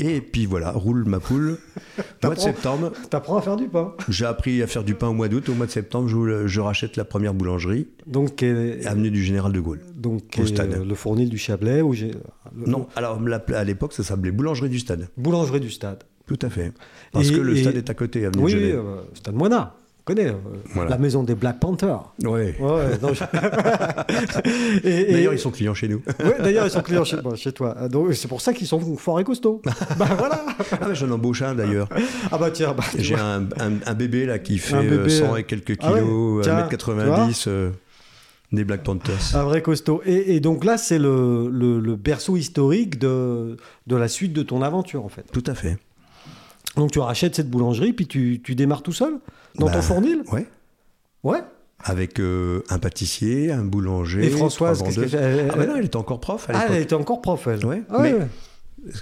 B: Et puis voilà, roule ma
C: [LAUGHS]
B: poule. mois de
C: T'apprends-
B: septembre,
C: T'apprends à faire du pain.
B: j'ai appris à faire du pain au mois d'août. Au mois de septembre, je, je rachète la première boulangerie,
C: Donc, euh,
B: avenue du Général de Gaulle.
C: donc
B: au
C: euh,
B: stade.
C: le fournil du Chablais, où j'ai. le-
B: Non, alors on l'appelait- à l'époque, ça s'appelait boulangerie du stade.
C: Boulangerie du stade.
B: Tout à fait. Parce
C: Et-
B: que le
C: et-
B: stade est à côté, avenue
C: Oui,
B: du Général.
C: euh, stade Moina. On connaît euh,
B: Voilà.
C: la maison des Black Panthers.
B: Ouais.
C: Ouais, Ouais,
B: [LAUGHS]
C: non, je- euh, Et- et-
B: D'ailleurs, ils sont clients chez
C: [LAUGHS]
B: nous.
C: Ouais, d'ailleurs, ils sont clients chez, bon, chez toi. Ah, Donc, c'est pour ça qu'ils sont forts et costauds. bah voilà.
B: Ah, ouais, j'en embauche un d'ailleurs.
C: Ah bah tiens, bah, tu
B: J'ai
C: vois.
B: un, un- un bébé là qui fait
C: Un
B: euh,
C: bébé,
B: 100
C: euh,
B: et quelques
C: ah ouais,
B: kilos,
C: tiens, Ah.
B: 1m90, euh, des Black Panthers.
C: Un vrai costaud. Et, et donc là, c'est le, le- le berceau historique de, de la suite de ton aventure, en fait.
B: Tout à fait.
C: Donc tu rachètes cette boulangerie, puis tu, tu démarres tout seul Dans
B: Bah,
C: ton fournil
B: Ouais.
C: Ouais.
B: Avec euh, un pâtissier, un boulanger.
C: Et Françoise,
B: trois
C: qu'est-ce qu'elle
B: vendeuses.
C: fait Elle-
B: Ah, bah non, elle était encore prof à
C: Ah, elle
B: l'époque.
C: était encore prof, elle.
B: Ouais,
C: Ah ouais,
B: mais-
C: ouais.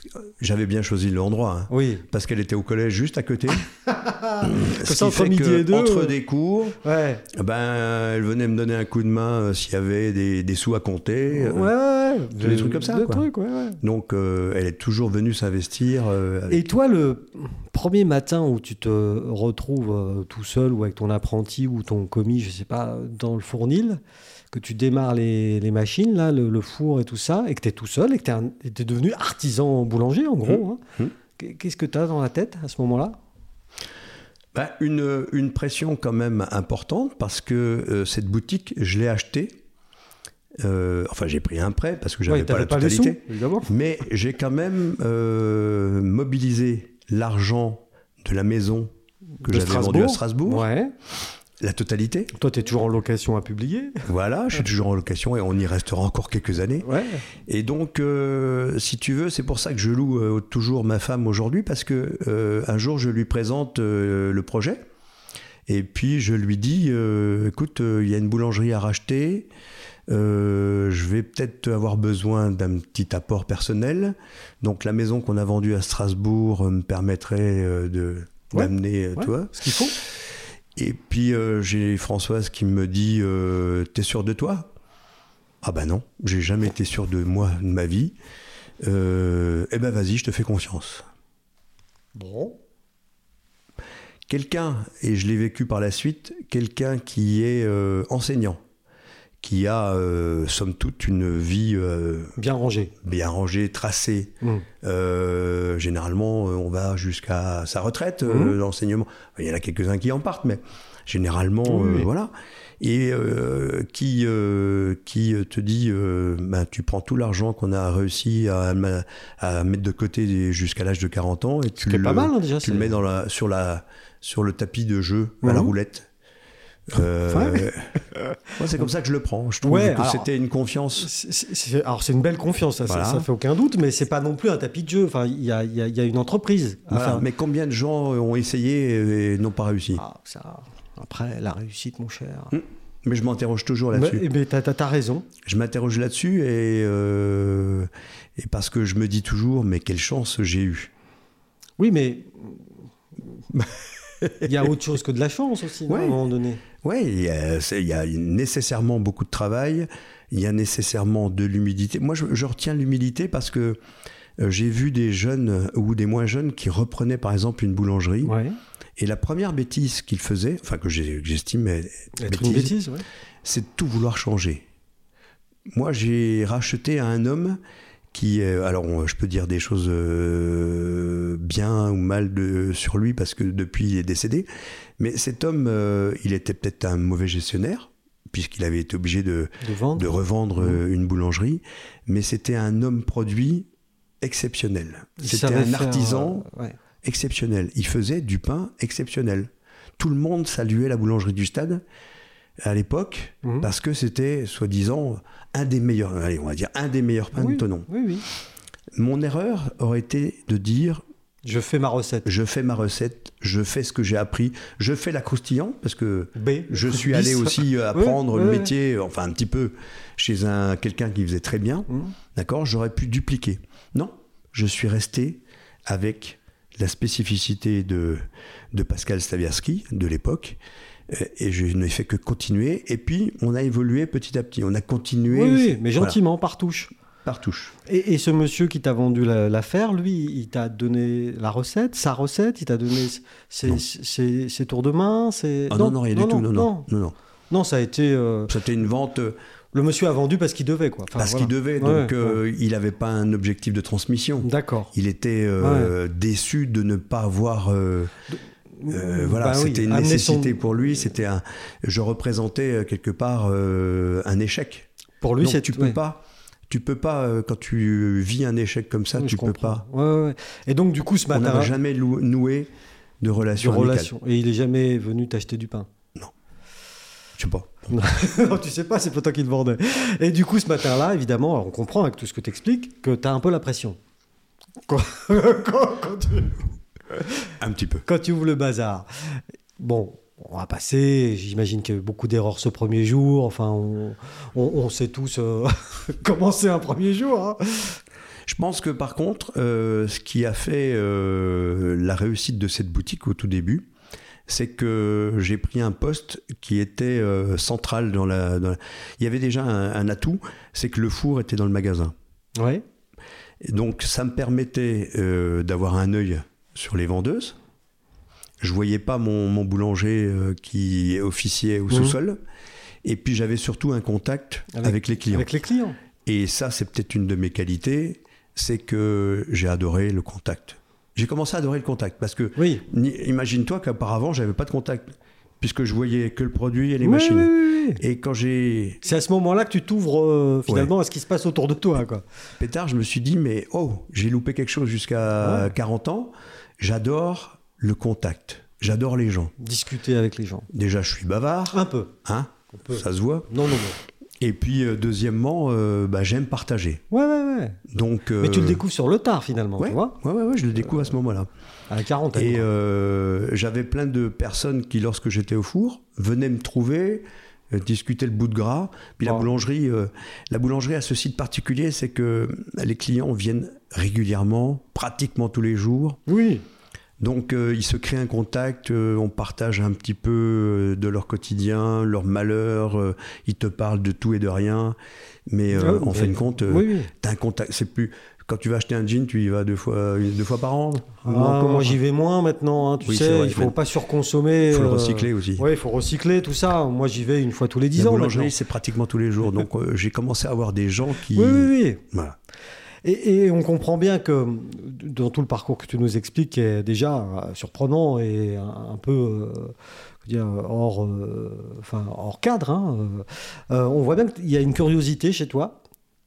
B: J'avais bien choisi l'endroit. hein.
C: Oui.
B: parce qu'elle était au collège juste à
C: [LAUGHS]
B: côté. Ce
C: ça,
B: qui
C: entre
B: fait
C: midi
B: que,
C: et deux,
B: entre
C: euh,
B: des cours,
C: Ouais.
B: ben, elle venait me donner un coup de main euh, s'il y avait des, des sous à compter. euh.
C: ouais, ouais, ouais.
B: des trucs comme ça,
C: Des
B: quoi.
C: trucs, ouais, ouais.
B: Donc, euh, elle est toujours venue s'investir. euh, avec-
C: Et toi, le premier matin où tu te retrouves euh, tout seul ou avec ton apprenti ou ton commis, je sais pas, dans le fournil, que tu démarres les, les machines, là, le, le four et tout ça, et que tu es tout seul et que tu es devenu artisan boulanger, en gros, hein,
B: Mmh.
C: qu'est- qu'est-ce que tu as dans la tête à ce moment-là
B: Ben, une, une pression quand même importante parce que euh, cette boutique, je l'ai achetée Euh, enfin, j'ai pris un prêt parce que j'avais
C: Ouais,
B: pas
C: t'avais
B: la
C: pas les
B: totalité.
C: sous, évidemment.
B: Mais j'ai quand même euh, mobilisé l'argent de la maison que
C: De
B: j'avais vendue à Strasbourg,
C: Ouais.
B: la totalité.
C: Toi, t'es toujours en location à publier.
B: Voilà, je suis toujours en location et on y restera encore quelques années.
C: Ouais.
B: Et donc, euh, si tu veux, c'est pour ça que je loue euh, toujours ma femme aujourd'hui parce que euh, un jour je lui présente euh, le projet et puis je lui dis, euh, écoute, euh, il y a une boulangerie à racheter. euh, je vais peut-être avoir besoin d'un petit apport personnel. Donc la maison qu'on a vendue à Strasbourg euh, me permettrait euh, de
C: Ouais,
B: d'amener, euh,
C: ouais.
B: tu vois.
C: Ce qu'il faut.
B: Et puis euh, j'ai Françoise qui me dit euh, T'es sûr de toi Ah bah non, j'ai jamais été sûr de moi, de ma vie. Euh, eh ben vas-y, je te fais confiance.
C: Bon.
B: Quelqu'un, et je l'ai vécu par la suite, quelqu'un qui est euh, enseignant, qui a, euh, somme toute, une vie euh,
C: Bien rangé.
B: bien rangée, tracée.
C: Mm.
B: Euh, généralement, euh, on va jusqu'à sa retraite, euh,
C: Mhm.
B: l'enseignement. Il y en a quelques-uns qui en partent, mais généralement,
C: Oui,
B: euh,
C: oui.
B: voilà. Et euh, qui, euh, qui te dit, euh, ben, tu prends tout l'argent qu'on a réussi à, ma- à mettre de côté jusqu'à l'âge de 40 ans et tu
C: Ce qui est
B: le-
C: pas mal hein, déjà.
B: tu
C: c'est-
B: le mets dans la, sur, la, sur le tapis de jeu à la
C: Mhm.
B: roulette. Euh,
C: [LAUGHS] Ouais.
B: moi, c'est comme ça que je le prends. Je trouve
C: Ouais,
B: que
C: alors-
B: c'était une confiance.
C: C'est- c'est- c'est- alors c'est une belle confiance, ça, ça-
B: Voilà.
C: ça, fait aucun doute, mais c'est pas non plus un tapis de jeu. Enfin, il y a, il y a- il y a une entreprise. à
B: Voilà.
C: faire.
B: Mais combien de gens ont essayé et n'ont pas réussi
C: Ah, ça. Après la réussite, mon cher.
B: Mais je m'interroge toujours là-dessus.
C: Mais, mais t'as, t'as- t'as raison.
B: Je m'interroge là-dessus et, euh, et parce que je me dis toujours, mais quelle chance j'ai eue.
C: Oui, mais il y a autre chose que de la chance aussi, non, à
B: Ouais.
C: un moment donné.
B: Oui, il y, a- c'est- il y a nécessairement beaucoup de travail, il y a nécessairement de l'humidité. Moi, je, je retiens l'humidité parce que euh, j'ai vu des jeunes ou des moins jeunes qui reprenaient par exemple une boulangerie
C: Ouais.
B: et la première bêtise qu'ils faisaient, enfin que j'ai- que j'estime être
C: Être une bêtise, ouais.
B: c'est de tout vouloir changer. Moi, j'ai racheté à un homme qui, euh, alors on- je peux dire des choses euh, bien ou mal de, sur lui parce que depuis il est décédé, mais cet homme, euh, il était peut-être un mauvais gestionnaire puisqu'il avait été obligé de,
C: De vendre.
B: de revendre euh,
C: Mmh.
B: une boulangerie, mais c'était un homme produit exceptionnel.
C: Il
B: C'était
C: savait
B: un
C: faire,
B: artisan
C: euh, ouais.
B: exceptionnel. Il faisait du pain exceptionnel. Tout le monde saluait la boulangerie du stade à l'époque
C: Mhm.
B: parce que c'était soi-disant un des meilleurs, allez, on va dire un des meilleurs pains
C: oui,
B: de Tonon.
C: Oui, oui.
B: Mon erreur aurait été de dire
C: Je fais ma recette.
B: je fais ma recette, je fais ce que j'ai appris, je fais la croustillant parce que
C: B.
B: je
C: Bis.
B: suis allé aussi euh, apprendre
C: [LAUGHS] Ouais,
B: le
C: ouais,
B: métier, enfin un petit peu chez un quelqu'un qui faisait très bien.
C: Mhm.
B: D'accord, j'aurais pu dupliquer. Non, je suis resté avec la spécificité de, de Pascal Staviarski de l'époque. euh, Et je n'ai fait que continuer. Et puis, on a évolué petit à petit. On a continué
C: Oui, oui, mais
B: Voilà,
C: gentiment, par touche.
B: par touche.
C: Et, et ce monsieur qui t'a vendu la- l'affaire, lui, il t'a donné la recette, sa recette, il t'a donné ses,
B: Non.
C: ses- ses tours de main, ses...
B: Ah non, non, rien du tout. Non, non,
C: Euh, non.
B: non. non.
C: Non, ça a été... euh,
B: C'était une vente euh,
C: le monsieur a vendu parce qu'il devait, quoi. Enfin,
B: parce
C: voilà.
B: qu'il devait.
C: Ouais,
B: donc, euh, il n'avait pas un objectif de transmission.
C: D'accord.
B: Il était euh, déçu de ne pas avoir. euh, euh, voilà,
C: Bah oui,
B: c'était une
C: amener son-
B: nécessité pour lui. C'était un. Je représentais euh, quelque part euh, un échec.
C: Pour lui,
B: Donc,
C: c'est...
B: tu peux
C: ouais.
B: pas. Tu peux pas euh, quand tu vis un échec comme ça,
C: Oui,
B: tu
C: je
B: peux
C: comprends.
B: pas.
C: Ouais, ouais. Et donc, du coup, ce
B: on
C: matin...
B: n'a jamais lou- noué de
C: de
B: relation amicale.
C: relation. Et il est jamais venu t'acheter du pain. [LAUGHS]
B: Je sais pas.
C: non, tu sais pas, c'est pas toi qui le vendais. Et du coup, ce matin-là, évidemment, alors, on comprend avec tout ce que t'expliques que t'as un peu la pression. Quand- quand- quand tu...
B: Un petit peu.
C: quand tu ouvres le bazar. Bon, on va passer. J'imagine qu'il y a eu beaucoup d'erreurs ce premier jour. Enfin, on, on- on sait tous euh, [LAUGHS] comment c'est un premier jour. hein.
B: Je pense que par contre, euh, ce qui a fait euh, la réussite de cette boutique au tout début, c'est que j'ai pris un poste qui était euh, central dans la, dans la- Il y avait déjà un, un atout, c'est que le four était dans le magasin.
C: Ouais.
B: Et donc ça me permettait euh, d'avoir un œil sur les vendeuses. Je voyais pas mon, mon boulanger euh, qui officiait au
C: Mhm.
B: sous-sol. Et puis j'avais surtout un contact
C: Avec-
B: avec, les clients.
C: Avec les clients.
B: Et ça, c'est peut-être une de mes qualités, c'est que j'ai adoré le contact. J'ai commencé à adorer le contact parce que
C: Oui.
B: ni- imagine-toi qu'auparavant, j'avais pas de contact. puisque je voyais que le produit et les
C: Oui,
B: machines.
C: oui, oui, oui.
B: Et quand j'ai
C: C'est à ce moment-là que tu t'ouvres euh, finalement à ce qui se passe autour de toi. Quoi.
B: pétard, je me suis dit, mais oh, j'ai loupé quelque chose jusqu'à 40 ans. J'adore le contact. J'adore les gens.
C: Discuter avec les gens.
B: Déjà, je suis bavard,
C: Un peu.
B: hein,
C: peut.
B: ça se voit.
C: Non, non, non.
B: Et puis, euh, deuxièmement, euh, bah, j'aime partager.
C: Ouais, ouais, ouais.
B: Donc,
C: Mais tu le
B: euh,
C: découvres sur le tard finalement,
B: ouais,
C: tu vois
B: ouais, ouais, ouais, je le découvre à ce moment-là.
C: À la quarantaine.
B: Et
C: quoi.
B: euh, j'avais plein de personnes qui, lorsque j'étais au four, venaient me trouver, euh, discuter le bout de gras. Puis la
C: Oh.
B: boulangerie, euh, la boulangerie a ce site particulier, c'est que les clients viennent régulièrement, pratiquement tous les jours.
C: Oui.
B: Donc euh, il se crée un contact, euh, on partage un petit peu euh, de leur quotidien, leur malheur, euh, ils te parlent de tout et de rien, mais euh,
C: Ah,
B: en
C: mais-
B: fin de compte, euh,
C: oui, oui.
B: t'as un contact, c'est plus... Quand tu vas acheter un jean, tu y vas deux fois, une- deux fois par an ou
C: Ah,
B: encore
C: moi j'y vais moins maintenant, hein, tu
B: Euh, Oui, c'est
C: sais,
B: vrai,
C: il faut
B: mais-
C: pas surconsommer.
B: Il faut le
C: euh,
B: recycler aussi.
C: Ouais, il faut recycler tout ça. Moi j'y vais une fois tous les 10
B: la
C: ans.
B: boulangerie,
C: maintenant.
B: c'est pratiquement tous les jours. Donc, euh, j'ai commencé à avoir des gens qui.
C: Oui, oui, oui.
B: Voilà.
C: Et, et on comprend bien que euh, dans tout le parcours que tu nous expliques, qui est déjà euh, surprenant et un, un peu euh, comment dire, hors, euh, enfin, hors cadre, hein, euh, euh, on voit bien qu'il y a une curiosité chez toi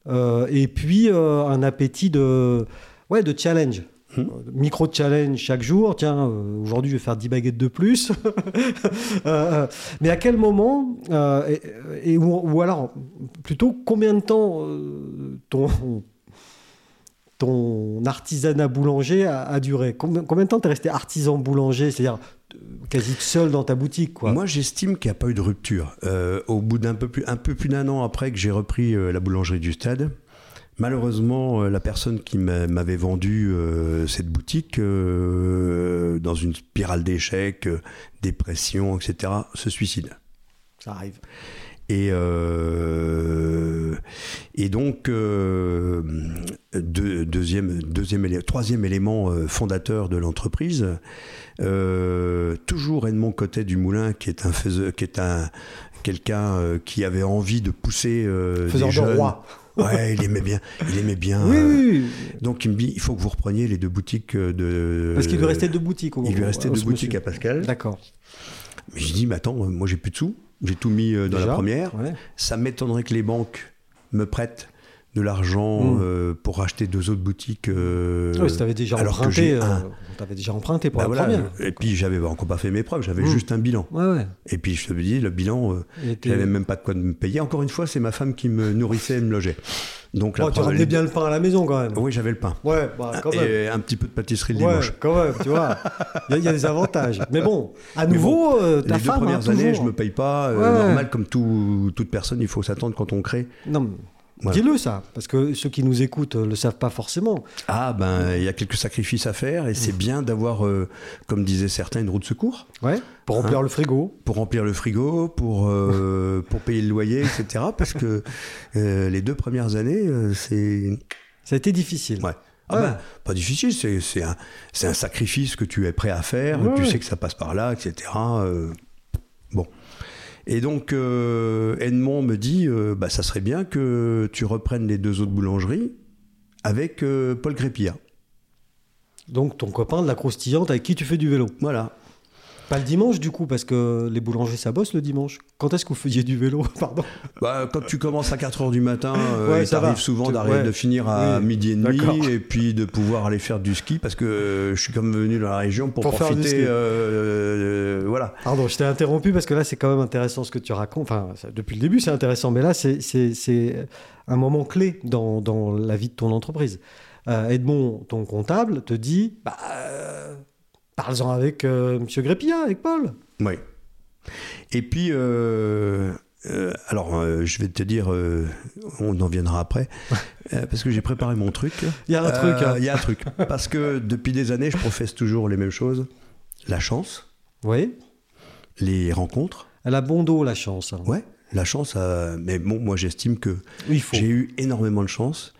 C: euh, et puis euh, un appétit de, ouais, de challenge.
B: Mhm.
C: Micro challenge chaque jour. Tiens, euh, aujourd'hui je vais faire 10 baguettes de plus. [LAUGHS] Euh, mais à quel moment, euh, et, et- ou, ou alors plutôt combien de temps euh, ton, ton artisanat boulanger a, a duré combien, combien de temps t'es resté artisan boulanger, c'est-à-dire euh, quasi seul dans ta boutique quoi.
B: Moi, j'estime qu'il n'y a pas eu de rupture. Euh, au bout d'un peu plus, un peu plus d'un an après que j'ai repris euh, la boulangerie du stade, malheureusement, euh, la personne qui m'a- m'avait vendu euh, cette boutique, euh, dans une spirale d'échecs, euh, dépression, etc., se suicide.
C: Ça arrive.
B: Et, euh, et donc, euh, deux- deuxième, deuxième, élé- troisième élément euh, fondateur de l'entreprise, euh, toujours Edmond Cotet du Moulin, qui est un faiseur- qui est un quelqu'un euh, qui avait envie de pousser euh,
C: Faiseur
B: des
C: de
B: jeunes.
C: roi.
B: Ouais, il aimait bien. Il aimait bien.
C: oui,
B: euh,
C: oui, oui.
B: Donc il me dit, il faut que vous repreniez les deux boutiques euh, de.
C: Parce qu'il lui restait deux boutiques. au-
B: Il lui restait
C: au-
B: deux
C: au-
B: boutiques
C: euh, monsieur.
B: à Pascal.
C: D'accord.
B: Mais je dis, mais attends, euh, moi j'ai plus de sous. J'ai tout mis euh, dans
C: Déjà,
B: la première.
C: ouais. Ah
B: Ça m'étonnerait que les banques me prêtent de l'argent
C: Mm.
B: euh, pour acheter deux autres boutiques. euh,
C: Ah oui, si t'avais déjà
B: alors que
C: emprunté.
B: j'ai
C: euh,
B: un-
C: on t'avait déjà emprunté pour
B: bah
C: la
B: voilà,
C: première.
B: je- et puis j'avais encore pas fait mes preuves, j'avais
C: Mm.
B: juste un bilan.
C: Ouais, ouais.
B: Et puis je te dis, le bilan, euh,
C: Et t'es-
B: j'avais même pas de quoi me payer. Encore une fois, c'est ma femme qui me nourrissait et me logeait. Donc la
C: Oh, tu
B: preuve,
C: ramenais
B: elle-
C: bien le pain à la maison quand même.
B: Oui, j'avais le pain.
C: Ouais, bah, quand même.
B: Et un petit peu de pâtisserie le
C: ouais,
B: dimanche.
C: quand même, tu vois. Il y, a- il y a des avantages. Mais bon, à
B: Mais
C: nouveau, euh, ta
B: les deux
C: femme, hein,
B: premières années, je
C: toujours.
B: me paye pas. euh,
C: Ouais.
B: Normal, comme tout- toute personne, il faut s'attendre quand on crée.
C: Non, mais
B: Voilà.
C: dis-le ça, parce que ceux qui nous écoutent euh, le savent pas forcément.
B: Ah ben, il y a quelques sacrifices à faire et c'est
C: Mmh.
B: bien d'avoir, euh, comme disaient certains, une roue de secours.
C: Ouais. Pour remplir
B: Hein.
C: le frigo.
B: pour remplir le frigo, pour, euh,
C: [LAUGHS]
B: pour payer le loyer, etc. Parce que euh, les deux premières années, euh, c'est.
C: Ça a été difficile.
B: Ouais. Ah
C: Ouais.
B: ben, pas difficile, c'est c'est un, c'est un sacrifice que tu es prêt à faire,
C: Ouais,
B: tu
C: ouais.
B: sais que ça passe par là, etc. euh, bon. Et donc, euh, Edmond me dit euh, bah, ça serait bien que tu reprennes les deux autres boulangeries avec euh, Paul Crépilla.
C: Donc ton copain de la croustillante avec qui tu fais du vélo.
B: Voilà.
C: Pas le dimanche du coup, parce que les boulangers ça bosse le dimanche. Quand est-ce que vous faisiez du vélo [LAUGHS] Pardon.
B: Bah, quand tu commences à 4h du matin, euh,
C: Ouais,
B: il
C: ça
B: t'arrive
C: va.
B: souvent
C: Tu-
B: d'arriver-
C: ouais.
B: de finir à
C: Oui.
B: midi et demi
C: D'accord.
B: et puis de pouvoir aller faire du ski parce que euh, je suis comme venu dans la région pour,
C: Pour faire du
B: profiter.
C: ski.
B: euh, euh, voilà.
C: Pardon, je t'ai interrompu parce que là c'est quand même intéressant ce que tu racontes. Enfin, ça- depuis le début c'est intéressant, mais là c'est- c'est c'est un moment clé dans, dans la vie de ton entreprise. Euh, Edmond, ton comptable, te dit bah, euh, parle-en avec euh, Monsieur Grépilla, avec Paul.
B: Oui. Et puis, euh, euh, alors, euh, je vais te dire, euh, on en viendra
C: [LAUGHS]
B: après, euh, parce que j'ai préparé mon truc.
C: Il y a un truc.
B: Euh,
C: hein.
B: Il y a un truc. Parce que depuis des années, je professe toujours les mêmes choses la chance,
C: Vous voyez
B: les rencontres.
C: Elle a bon dos, la chance. hein.
B: Ouais, la chance, euh, mais bon, moi j'estime que.
C: Il faut.
B: J'ai eu énormément de chance.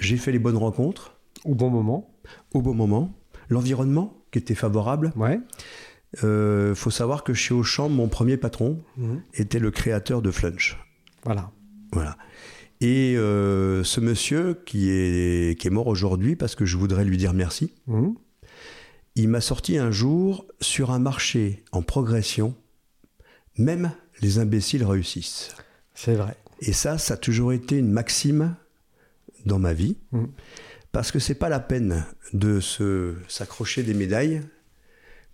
B: J'ai fait les bonnes rencontres
C: Au bon moment.
B: au bon moment. L'environnement qui était favorable.
C: Ouais.
B: Euh, faut savoir que chez Auchan, mon premier patron
C: Mhm.
B: était le créateur de Flunch.
C: Voilà.
B: Voilà. Et euh, ce monsieur qui est, qui est mort aujourd'hui parce que je voudrais lui dire merci,
C: Mhm.
B: il m'a sorti un jour sur un marché en progression Même les imbéciles réussissent.
C: C'est vrai.
B: Et ça, ça a toujours été une maxime dans ma vie,
C: Mhm.
B: parce que c'est pas la peine de se s'accrocher des médailles,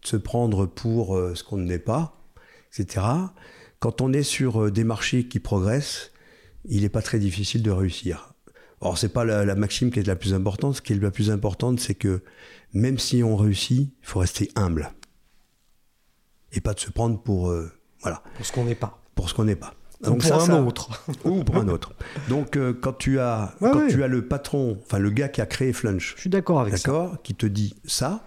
B: de se prendre pour euh, ce qu'on n'est pas, etc. Quand on est sur euh, des marchés qui progressent, il n'est pas très difficile de réussir. Or, c'est pas la, la maxime qui est la plus importante. Ce qui est la plus importante, c'est que même si on réussit, il faut rester humble et pas de se prendre pour euh, voilà
C: Pour ce qu'on n'est pas.
B: Ah, pour ce qu'on n'est pas.
C: Ou pour
B: ça,
C: un
B: ça-
C: autre.
B: ou pour un autre. Donc euh, quand tu as
C: Ouais,
B: quand
C: ouais.
B: tu as le patron, enfin le gars qui a créé Flunch,
C: Je suis d'accord avec ça.
B: d'accord, qui te dit ça,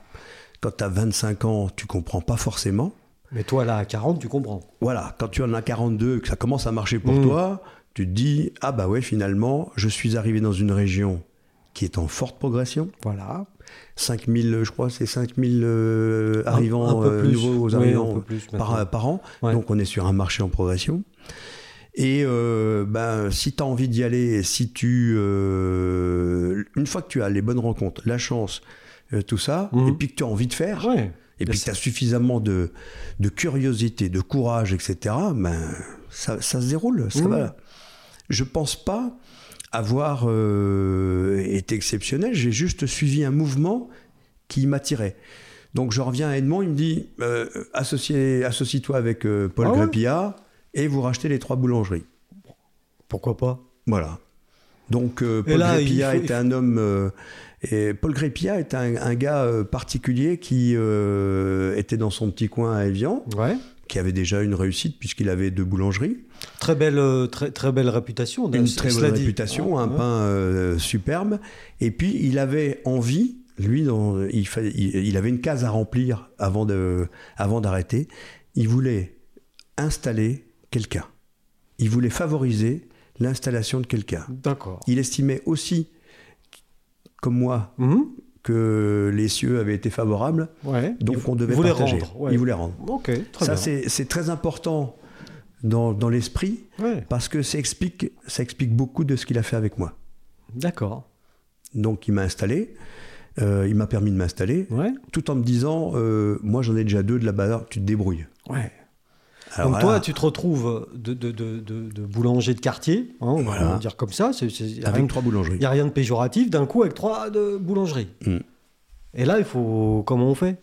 B: quand tu as 25 ans, tu comprends pas forcément.
C: Mais toi, là, à 40, tu comprends.
B: Voilà, quand tu en as 42 que ça commence à marcher pour
C: Mm.
B: toi, tu te dis ah bah ouais, finalement, je suis arrivé dans une région qui est en forte progression,
C: Voilà.
B: 5000 euh, je crois, c'est 5000 euh,
C: Un-
B: arrivants
C: un peu
B: euh,
C: plus. Oui,
B: nouveaux
C: un
B: arrivants
C: peu plus maintenant.
B: par, par an.
C: Ouais.
B: Donc on est sur un marché en progression. Et euh, ben, si tu as envie d'y aller, si tu euh, une fois que tu as les bonnes rencontres, la chance, euh, tout ça,
C: Mhm.
B: et puis que tu as envie de faire,
C: Ouais.
B: et puis que
C: ça-
B: tu as suffisamment de, de curiosité, de courage, etc., ben, ça, ça se déroule. Ça
C: Mhm.
B: va. Je pense pas avoir euh, été exceptionnel, j'ai juste suivi un mouvement qui m'attirait. Donc je reviens à Edmond, il me dit euh, associez- associe-toi avec euh, Paul
C: Ah ouais
B: Grappilla et vous rachetez les trois boulangeries.
C: Pourquoi pas
B: Voilà. Donc euh, Paul
C: là, il
B: Grépilla
C: faut- il
B: était un homme. euh, et Paul Grépilla était un, un gars euh, particulier qui euh, était dans son petit coin à Evian,
C: Ouais.
B: qui avait déjà une réussite puisqu'il avait deux boulangeries,
C: Très belle, euh, très, très belle réputation.
B: une
C: c-
B: très
C: Ben, cela
B: bonne
C: dit.
B: réputation, un
C: Ouais.
B: pain euh, superbe. Et puis il avait envie, lui, dans- il, fa- il- il avait une case à remplir avant de, avant d'arrêter. Il voulait installer quelqu'un. Il voulait favoriser l'installation de quelqu'un.
C: D'accord.
B: Il estimait aussi, comme moi,
C: Mhm.
B: que les cieux avaient été favorables,
C: Ouais.
B: donc on devait
C: vous les
B: partager.
C: rendre, ouais.
B: Il voulait rendre.
C: Ok, très
B: Ça,
C: bien.
B: c'est c'est très important dans, dans l'esprit,
C: Ouais.
B: parce que ça explique, ça explique beaucoup de ce qu'il a fait avec moi.
C: D'accord.
B: Donc, il m'a installé, euh, il m'a permis de m'installer,
C: Ouais.
B: tout en me disant, euh, moi j'en ai déjà deux de là-bas, tu te débrouilles.
C: Ouais.
B: Alors
C: Donc
B: voilà,
C: toi, tu te retrouves de, de, de, de, de boulanger de quartier, hein, on
B: Voilà.
C: va dire comme ça, il n'y a, rien
B: avec
C: de-
B: trois
C: y
B: boulangeries.
C: a rien de péjoratif, d'un coup avec trois de boulangeries.
B: Mm.
C: Et là, il faut... Comment on fait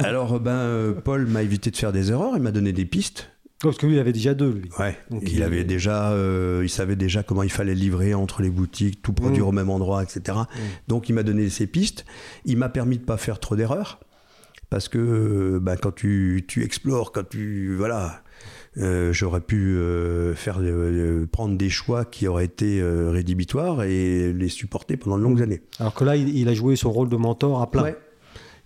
B: Alors, ben, euh, Paul m'a évité de faire des erreurs, il m'a donné des pistes.
C: Parce que lui, il avait déjà deux, lui.
B: Ouais.
C: Donc,
B: il,
C: il-
B: avait déjà, euh, il savait déjà comment il fallait livrer entre les boutiques, tout produire
C: Mm.
B: au même endroit, etc. Donc il m'a donné ses pistes. Il m'a permis de pas faire trop d'erreurs parce que euh, bah, quand tu, tu explores, quand tu voilà, euh, j'aurais pu euh, faire euh, prendre des choix qui auraient été euh, rédhibitoires et les supporter pendant de longues années.
C: Alors que là, il, il a joué son rôle de mentor à plein.
B: Ouais.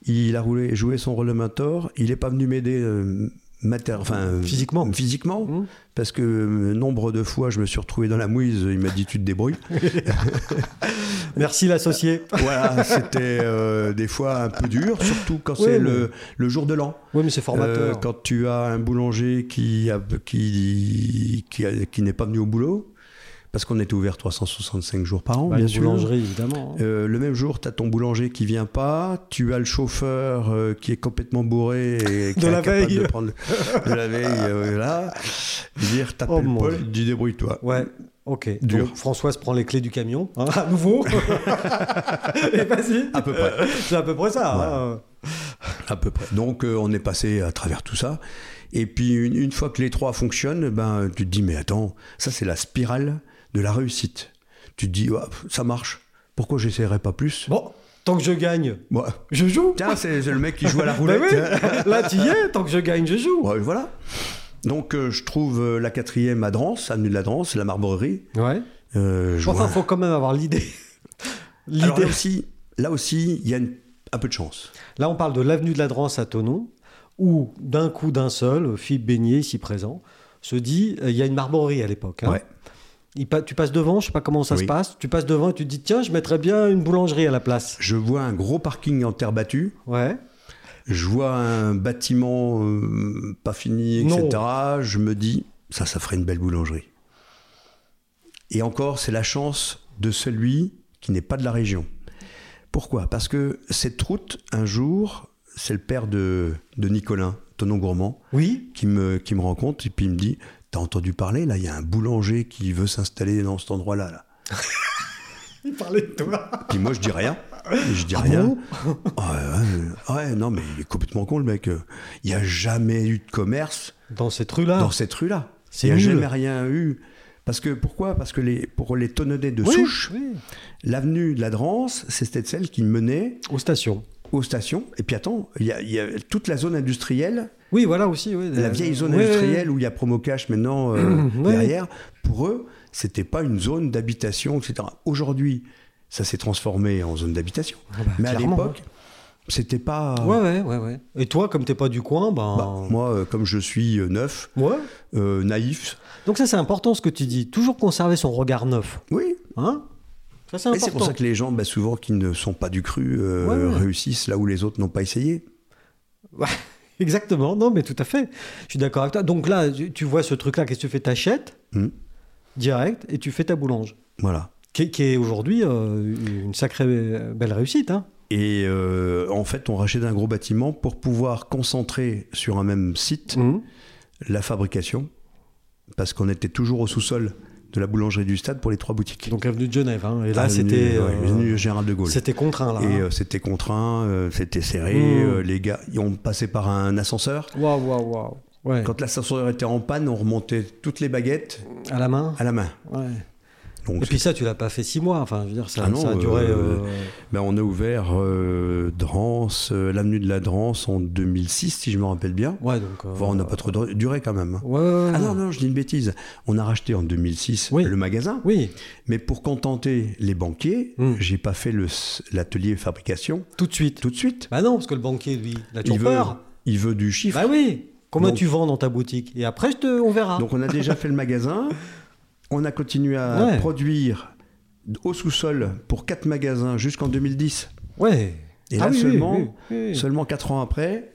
B: Il a roulé, joué son rôle de mentor. Il n'est pas venu m'aider. euh, mater- enfin, euh,
C: Physiquement.
B: physiquement
C: Mm.
B: parce que euh, nombre de fois je me suis retrouvé dans la mouise, il m'a dit tu te
C: [LAUGHS]
B: débrouilles.
C: Merci l'associé.
B: voilà, c'était euh, des fois un peu dur, surtout quand
C: Ouais,
B: c'est
C: mais-
B: le, le jour de l'an.
C: Oui, mais c'est formateur.
B: Euh, quand tu as un boulanger qui, a- qui, qui, a- qui n'est pas venu au boulot, parce qu'on était ouvert 365 jours par an,
C: Bah,
B: bien
C: une
B: sûr.
C: boulangerie, évidemment. hein.
B: Euh, le même jour, tu as ton boulanger qui vient pas, tu as le chauffeur euh, qui est complètement bourré
C: [LAUGHS]
B: et qui
C: De
B: est
C: la
B: incapable
C: veille.
B: de prendre de la veille. euh, là, dire
C: Oh,
B: t'appelles
C: mon
B: Paul,
C: Dieu.
B: dis débrouille-toi.
C: Euh, Ouais, ok.
B: Dur. Ah,
C: Donc, Françoise prend les clés du camion, hein, à [LAUGHS] nouveau. Et vas-y.
B: À peu près.
C: C'est à peu près ça. hein.
B: À peu près. Donc euh, on est passé à travers tout ça. Et puis une, une fois que les trois fonctionnent, ben, tu te dis mais attends, ça c'est la spirale de la réussite. Tu te dis ouais, pff, ça marche, pourquoi j'essaierai pas plus
C: Bon, tant que je gagne,
B: Ouais.
C: je joue.
B: Tiens, c'est c'est le mec qui joue à la
C: [LAUGHS] Bah
B: roulette.
C: oui, là, tu y es. Tant que je gagne, je joue.
B: Ouais, voilà. Donc euh, je trouve euh, la quatrième à Drance, avenue de la Drance, la Marborerie.
C: Ouais.
B: Euh, je
C: Enfin,
B: vois-
C: faut quand même avoir l'idée.
B: Alors, là
C: L'idée.
B: aussi, là aussi, il y a une- un peu de chance.
C: Là, on parle de l'avenue de la Drance à Tonon, où d'un coup d'un seul, Philippe Beignet, ici présent, se dit euh, il y a une marmorerie à l'époque. hein.
B: Ouais.
C: Il pa- tu passes devant, je sais pas comment ça se
B: Oui.
C: passe. Tu passes devant et tu te dis tiens, je mettrais bien une boulangerie à la place.
B: Je vois un gros parking en terre battue.
C: Ouais.
B: Je vois un bâtiment euh, pas fini, etc. Je me dis, ça, ça ferait une belle boulangerie. Et encore, c'est la chance de celui qui n'est pas de la région. Pourquoi Parce que cette route, un jour, c'est le père de, de Nicolin Partenon Gourmand
C: Oui.
B: qui me, qui me rencontre et puis il me dit T'as entendu parler là Il y a un boulanger qui veut s'installer dans cet endroit-là. Là.
A: Il parlait de toi.
B: Puis moi, je dis rien. Je dis
C: Ah
B: rien. Ah
C: bon
B: ouais, ouais, ouais, non, mais il est complètement con, le mec. Il n'y a jamais eu de commerce
C: Dans cette rue-là.
B: dans cette rue-là.
C: Ah. C'est
B: Il n'y a
C: nul.
B: jamais rien eu. Parce que pourquoi Parce que les, pour les tonnonnets de
C: Oui,
B: souche,
C: oui.
B: l'avenue de la Drance, c'était celle qui menait
C: Aux stations.
B: aux stations. Et puis attends, il y a, il y a toute la zone industrielle,
C: Oui, voilà aussi. oui.
B: la vieille zone
C: Euh, Ouais. Hum,
B: industrielle où il y a Promocash maintenant euh,
C: Ouais.
B: derrière. Pour eux, c'était pas une zone d'habitation, etc. Aujourd'hui, ça s'est transformé en zone d'habitation.
C: bah,
B: Mais à
C: clairement,
B: l'époque, c'était pas.
C: Ouais, ouais, ouais, ouais. Et toi, comme t'es pas du coin,
B: Bah,
C: ben.
B: moi, euh, comme je suis euh, neuf,
C: Ouais.
B: euh, naïf,
C: Donc ça, c'est important ce que tu dis. Toujours conserver son regard neuf.
B: oui.
C: Hein Ça, c'est
B: Et c'est
C: important.
B: pour ça que les gens, bah, souvent, qui ne sont pas du cru, euh,
C: Ouais, ouais.
B: réussissent là où les autres n'ont pas essayé.
C: Ouais, Exactement, non, mais tout à fait. Je suis d'accord avec toi. Donc là, tu tu vois ce truc-là, qu'est-ce que tu fais T'achètes
B: Hmm.
C: direct et tu fais ta boulange.
B: Voilà.
C: Qui, qui est aujourd'hui euh, une sacrée euh, belle réussite. Hein.
B: Et euh, en fait, on rachète un gros bâtiment pour pouvoir concentrer sur un même site la fabrication, parce qu'on était toujours au sous-sol de la boulangerie du stade pour les trois boutiques.
C: Donc avenue de Genève. hein. Et là,
B: Avenue-
C: c'était
B: ouais,
C: euh,
B: avenue Gérald de Gaulle.
C: c'était contraint. Là,
B: Et
C: hein.
B: euh, c'était contraint, euh, c'était serré,
C: Mm.
B: euh, les gars, et on passait par un ascenseur.
C: Waouh, waouh, waouh. Ouais.
B: Quand l'ascenseur était en panne, on remontait toutes les baguettes
C: À la main.
B: à la main.
C: Ouais.
B: Donc,
C: Et puis ça, tu l'as pas fait six mois. Enfin, je veux dire, ça,
B: Ah non,
C: ça a duré.
B: euh,
C: euh,
B: ben, on a ouvert euh, Drance, euh, l'avenue de la Drance en 2006, si je me rappelle bien.
C: Ouais, donc. euh,
B: Enfin, on n'a pas trop dur- duré quand même. hein.
C: Ouais, ouais, ouais.
B: Ah non, non, je dis une bêtise. On a racheté en 2006
C: Oui.
B: le magasin,
C: Oui,
B: mais pour contenter les banquiers,
C: Mm.
B: j'ai pas fait le s- l'atelier fabrication
C: tout de suite.
B: tout de suite.
C: Bah non, parce que le banquier, lui, il a
B: Il
C: toujours
B: veut,
C: peur.
B: il veut du chiffre.
C: Bah oui. Combien
B: Donc-
C: tu vends dans ta boutique Et après, je te, on verra.
B: Donc on a
C: [LAUGHS]
B: déjà fait le magasin, on a continué à
C: Ouais.
B: produire au sous-sol pour quatre magasins jusqu'en 2010.
C: ouais.
B: Et
C: Ah
B: là
C: oui, oui,
B: seulement,
C: oui, oui.
B: seulement quatre ans après,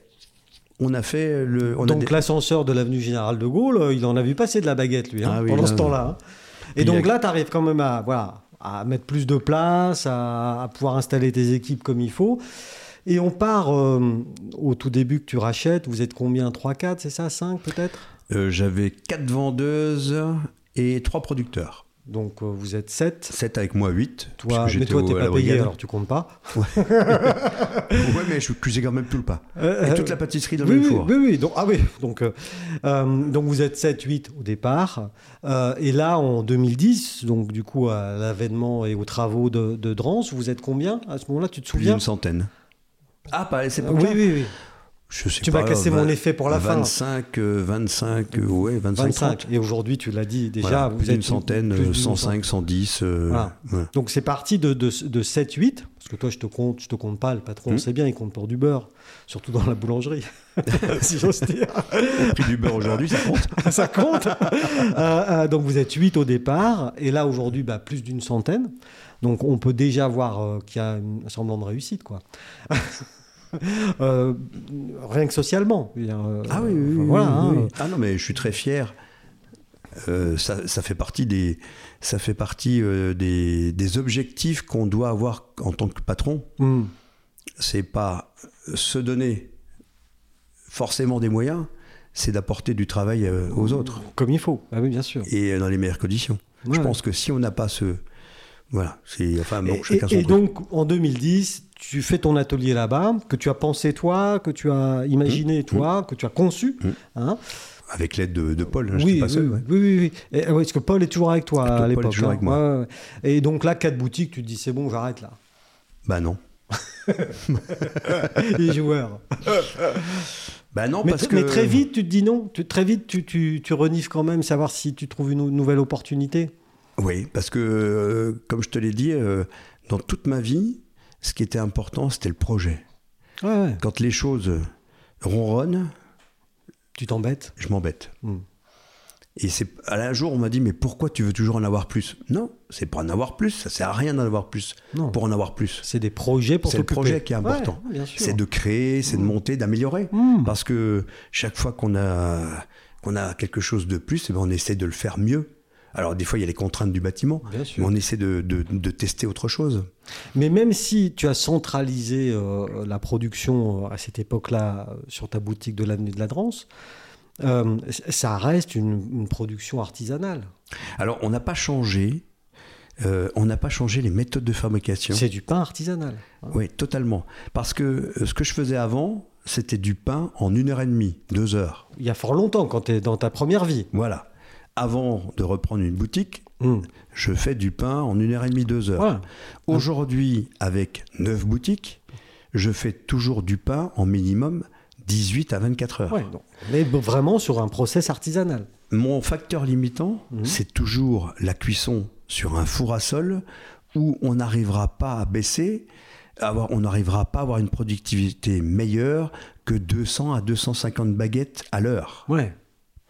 B: on a fait le. On a
C: donc
B: des-
C: l'ascenseur de l'avenue Général de Gaulle, euh, il en a vu passer de la baguette, lui, hein,
B: Ah oui,
C: pendant
B: là,
C: ce
B: là.
C: temps-là. hein. Et
B: Puis
C: donc
B: il y a-
C: là, tu arrives quand même à, voilà, à mettre plus de place, à, à pouvoir installer tes équipes comme il faut. Et on part euh, au tout début que tu rachètes, vous êtes combien 3, 4, c'est ça 5 peut-être
B: euh, j'avais quatre vendeuses et trois producteurs.
C: Donc euh, vous êtes 7.
B: 7 avec moi, 8.
C: Toi, mais toi, t'es pas payé, alors tu comptes pas.
B: ouais, mais je cuisais quand même tout le
C: [LAUGHS]
B: pas.
C: Euh,
B: et toute la pâtisserie dans le
C: Oui,
B: même
C: oui,
B: four.
C: oui, oui. Donc, ah oui, [LAUGHS] donc, euh, euh, donc vous êtes 7-8 au départ. Euh, et là, en 2010, donc du coup, à l'avènement et aux travaux de, de Drance, vous êtes combien à ce moment-là Tu te
B: Plus
C: souviens
B: d'une centaine. Ah, pas, c'est pas
C: Euh, Oui, oui, oui.
B: Je sais
C: Tu
B: pas,
C: m'as cassé mon
B: vingt-
C: effet pour la fin.
B: 25, euh, 25, euh, ouais, 25, 30.
C: 25. Et aujourd'hui, tu l'as dit déjà,
B: Voilà,
C: vous
B: plus
C: êtes
B: d'une centaine,
C: plus d'une
B: euh, 105, 110. euh,
C: Voilà.
B: ouais.
C: Donc c'est parti de, de, de 7-8, parce que toi je te compte, je te compte pas, le patron on
B: Hmm.
C: sait bien, il compte pour du beurre, surtout dans la boulangerie, [LAUGHS] si j'ose dire.
B: Le prix du beurre aujourd'hui, ça compte.
C: [LAUGHS] ça compte. Euh, euh, donc vous êtes 8 au départ, et là aujourd'hui bah, plus d'une centaine. Donc on peut déjà voir euh, qu'il y a une- un semblant de réussite, quoi. [LAUGHS] Euh, rien que socialement. je veux dire, euh, enfin, voilà, hein.
B: Ah non, mais je suis très fier. Euh, ça, ça fait partie des, ça fait partie euh, des, des objectifs qu'on doit avoir en tant que patron.
C: Hmm.
B: C'est pas se donner forcément des moyens, c'est d'apporter du travail euh, aux
C: Mmh.
B: autres
C: Comme il faut. Ah oui, bien sûr.
B: et euh, dans les meilleures conditions.
C: Ouais.
B: Je pense que si on n'a pas ce, voilà, c'est enfin bon,
C: Et-
B: chacun
C: et
B: son
C: et
B: truc.
C: donc, en 2010, tu fais ton atelier là-bas, que tu as pensé toi, que tu as imaginé toi, que tu as conçu.
B: Mmh.
C: hein.
B: avec l'aide de, de Paul, hein, je
C: oui,
B: suis pas seul.
C: oui,
B: ouais.
C: oui, oui, oui. Et, ah ouais, parce que Paul est toujours avec toi
B: Paul
C: à
B: est
C: l'époque. hein.
B: toujours avec moi.
C: Ouais, ouais, ouais. Et donc là, quatre boutiques, tu te dis c'est bon,
B: [LAUGHS]
C: j'arrête là.
B: Bah non.
C: Les joueurs.
B: Bah non
C: mais,
B: parce
C: tr-
B: que
C: mais très vite, tu te dis non. Tu- très vite, tu, tu, tu renifles quand même, savoir si tu trouves une nou- nouvelle opportunité.
B: Oui, parce que, euh, comme je te l'ai dit, euh, dans toute ma vie, ce qui était important, c'était le projet.
C: Ouais, ouais.
B: Quand les choses ronronnent,
C: Tu t'embêtes.
B: je m'embête.
C: Mm.
B: Et c'est à un jour, on m'a dit, mais pourquoi tu veux toujours en avoir plus Non, c'est pas en avoir plus, ça sert à rien d'en avoir plus,
C: Non.
B: pour en avoir plus.
C: C'est des projets pour
B: C'est le
C: s'occuper.
B: projet qui est important.
C: Ouais, bien sûr. Hmm.
B: C'est de créer, c'est de monter, d'améliorer.
C: Mm.
B: Parce que chaque fois qu'on a, qu'on a quelque chose de plus, eh ben, on essaie de le faire mieux. Alors des fois, il y a les contraintes du bâtiment,
C: Bien sûr.
B: mais on essaie de, de- de tester autre chose.
C: Mais même si tu as centralisé euh, la production euh, à cette époque-là euh, sur ta boutique de l'avenue de la Drance, euh, c- ça reste une, une production artisanale.
B: Alors, on n'a pas changé. euh, on n'a pas changé les méthodes de fabrication.
C: C'est du pain artisanal.
B: Oui, totalement. Parce que euh, ce que je faisais avant, c'était du pain en une heure et demie, deux heures.
C: Il y a fort longtemps, quand tu es dans ta première vie.
B: Voilà. Avant de reprendre une boutique,
C: Mm.
B: je fais du pain en une heure et demie, deux heures.
C: Ouais.
B: Aujourd'hui, avec neuf boutiques, je fais toujours du pain en minimum 18 à 24 heures.
C: Ouais, non. On est b- vraiment sur un process artisanal.
B: Mon facteur limitant,
C: Mhm.
B: c'est toujours la cuisson sur un four à sol où on n'arrivera pas à baisser, à avoir- on n'arrivera pas à avoir une productivité meilleure que 200 à 250 baguettes à l'heure.
C: Ouais.